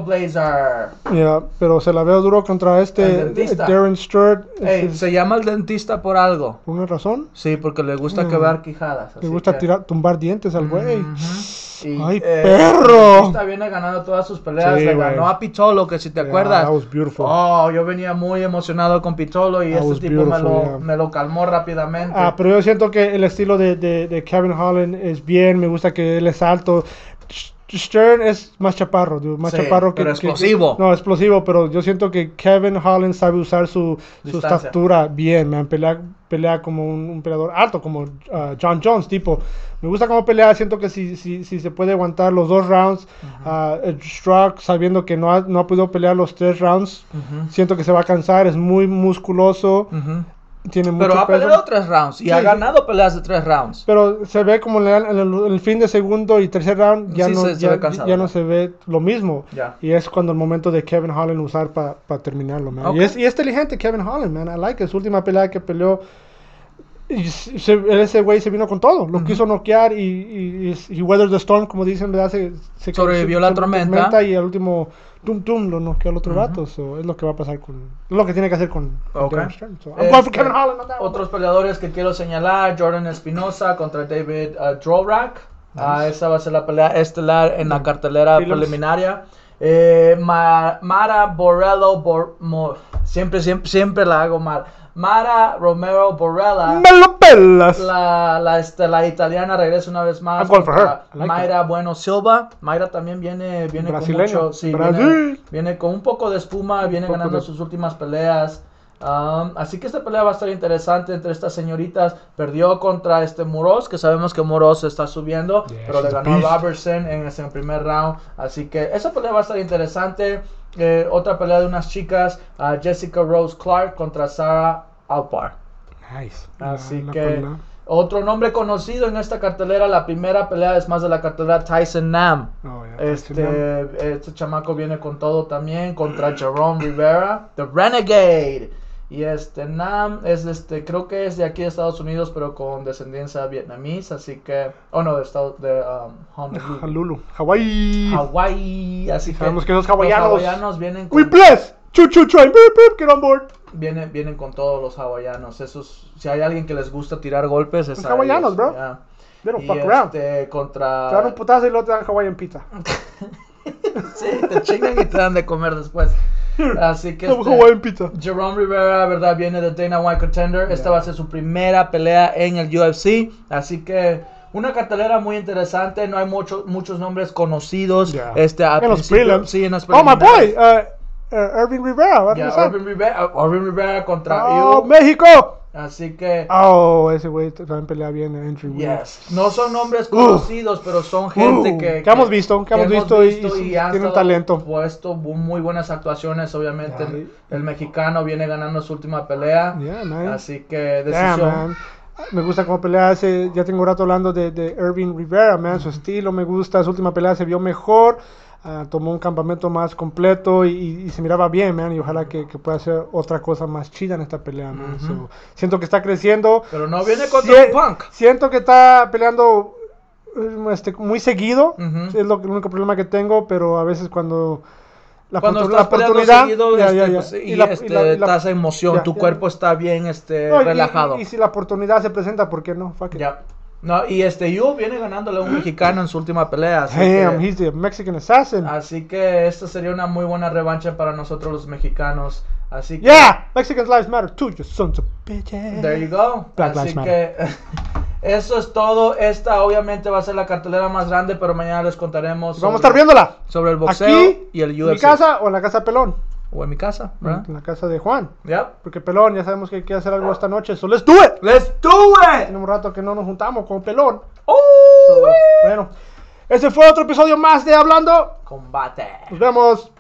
Trailblazer.
Yeah, pero se la veo duro contra este
El dentista.
Darren Stewart.
Ey,
Este,
se llama el dentista por algo.
Por una razón.
Sí, porque le gusta
Mm.
quebrar quijadas.
Le
así
gusta
que-
tirar, tumbar dientes al güey.
Ujú. Y,
¡Ay,
eh,
perro!
El dentista viene ganando todas sus peleas.
Sí,
le
güey.
ganó a Pitolo, que si te
Yeah,
acuerdas.
Ah, that was beautiful.
Oh, yo venía muy emocionado con Pitolo y
That
este
was
tipo me
beautiful,
lo,
yeah.
me lo calmó rápidamente.
Ah, pero yo siento que el estilo de, de- de Kevin Holland es bien, me gusta que él es alto. Sh- Stern es más chaparro, dude, más
Sí,
chaparro que...
pero
que-
explosivo.
no, explosivo, pero yo siento que Kevin Holland sabe usar su, su
Distancia.
estatura bien, man. Pelea, pelea como un, un peleador alto, como ah, John Jones, tipo. Me gusta cómo pelea, siento que si, si, si se puede aguantar los dos rounds, ah, el Struck sabiendo que no ha, no ha podido pelear los tres rounds,
Ujú.
siento que se va a cansar, es muy musculoso,
Ujú.
tiene mucho
Pero ha
peso.
peleado tres rounds y
Sí,
ha
sí.
ganado peleas de tres rounds.
Pero se ve como le dan- en el, en el fin de segundo y tercer round ya,
Sí,
no,
se- se
ya,
ve cansado,
ya
¿no?
no se ve lo mismo.
Ya.
Y es cuando el momento de Kevin Holland usar para terminarlo, man.
Ok.
Y, es, y es inteligente Kevin Holland, man. I like it. Su última pelea que peleó y se- ese güey se vino con todo. Lo quiso noquear y, y, y- y Weather the Storm, como dicen, ¿verdad? Se, se-
Sobrevivió
se-
la
se-
tormenta.
Y al último, tum tum, lo noqueó al otro vato. So, es lo que va a pasar con. Es lo que tiene que hacer con. con
Ok.
Darren Stern. So, I'm going for
Este,
Kevin Holland on that one.
Otros peleadores que quiero señalar, Jordan Espinosa contra David uh, Dvorak. Ah, esa va a ser la pelea estelar en
Mm.
la cartelera
Prelims.
preliminaria. Eh, Ma- Mara Borrello, Bor- Mo- siempre, siempre, siempre la hago mal. Mara Romero Borrella,
¡Me lo pelas!
la, la, este, la italiana, regresa una vez más.
I'm going for
contra
her. I like
Mayra Bueno Silva. Mayra también viene, viene con
Brasileña.
mucho. sí, viene,
Brasil.
viene con un poco de espuma, viene
poco
ganando
de-
sus últimas peleas. Um, así que esta pelea va a estar interesante entre estas señoritas. Perdió contra este Muros, que sabemos que Muros está subiendo,
Yeah,
pero le
she's a
ganó
beast.
a Robertson en ese primer round. Así que esa pelea va a estar interesante. Eh, otra pelea de unas chicas, ah, Jessica Rose Clark contra Sarah Alpar.
Nice.
Así
Ah, La- la
que
pela.
otro nombre conocido en esta cartelera, la primera pelea es más de la cartelera Tyson Nam.
Oh, yeah, Tyson
Este, este chamaco viene con todo también contra Jerome Rivera, The Renegade. Y este Nam es este, creo que es de aquí de Estados Unidos, pero con descendencia vietnamita, así que, oh no, de Estados de um,
Nam.
Honolulu.
Honolulu. Hawái.
Ah, Hawái, así que
Sabemos que los hawaianos-
los hawaianos vienen
We
con
bless. Choo choo train. Beep, beep, get on board.
vienen, vienen con todos los hawaianos. Esos, si hay alguien que les gusta tirar golpes, es
Los
a ellos,
hawaianos, bro.
ya.
They don't
Y,
fuck around. Te
este,
dan un
contra.
putazo y luego te dan Hawaiian pizza.
Sí, te chingan y te dan de comer después. Así que.
Some
este,
Hawaiian pizza.
Jerome Rivera, ¿verdad? Viene de Dana White Contender. Esta va a ser su primera pelea en el UFC. Así que una cartelera muy interesante. No hay muchos muchos nombres conocidos.
Yeah.
Este, al
en los
principio-
prelims.
Sí, en los
oh, my
preliminares.
boy. Uh, uh, Irving Rivera. va a
Yeah,
regresar.
Irving Rivera, Irving Rivera contra
Oh,
Yu.
México.
Así que.
Oh, ese güey también pelea bien en entry. güey.
Yes. No son nombres conocidos, pero son gente
Uh,
que,
que hemos visto, que hemos visto y- y
han
tienen
estado
talento.
Puesto bu- muy buenas actuaciones, obviamente.
Yeah.
El, el mexicano viene ganando su última pelea.
Yeah, man.
Así que
Yeah,
decisión.
man. Me gusta cómo pelea ese. Ya tengo un rato hablando de, de Irving Rivera, man. Su estilo me gusta. Su última pelea se vio mejor. ah, tomó un campamento más completo y, y- y se miraba bien, man. Y ojalá que, que pueda hacer otra cosa más chida en esta pelea, man. So, siento que está creciendo.
Pero no viene contra
Sie-
un punk.
Siento que está peleando eh, este, muy seguido.
Ujú.
Es lo, el único problema que tengo, pero a veces cuando. La,
Cuando
oportu-
estás peleando seguido
Ya,
este,
ya, ya.
pues, y,
la-
este,
la- la-
estás en emoción,
ya,
tu
ya.
cuerpo está bien este,
No, y-
relajado.
Y, y si la oportunidad se presenta, ¿por qué no? Fuck it.
Ya. No, y este Yu viene ganándole a un mexicano en su última pelea. Así
Damn,
que,
he's the Mexican assassin.
así que esta sería una muy buena revancha para nosotros los mexicanos. Así que
yeah, Mexicans lives matter too, you sons of bitches.
There you go.
Black
Así
Lives Matter.
que eso es todo. Esta obviamente va a ser la cartelera más grande, pero mañana les contaremos
Vamos a
sobre-
estar viéndola.
sobre el boxeo
Aquí,
y el
en mi
UFC.
casa o en la casa de Pelón.
O en mi casa, ¿verdad?
En la casa de Juan.
Yep.
Porque Pelón ya sabemos que quiere hacer algo esta noche, so let's do it.
Let's do it.
Tenemos un rato que no nos juntamos con Pelón.
Oh,
Bueno, ese fue otro episodio más de Hablando.
combate.
Nos vemos.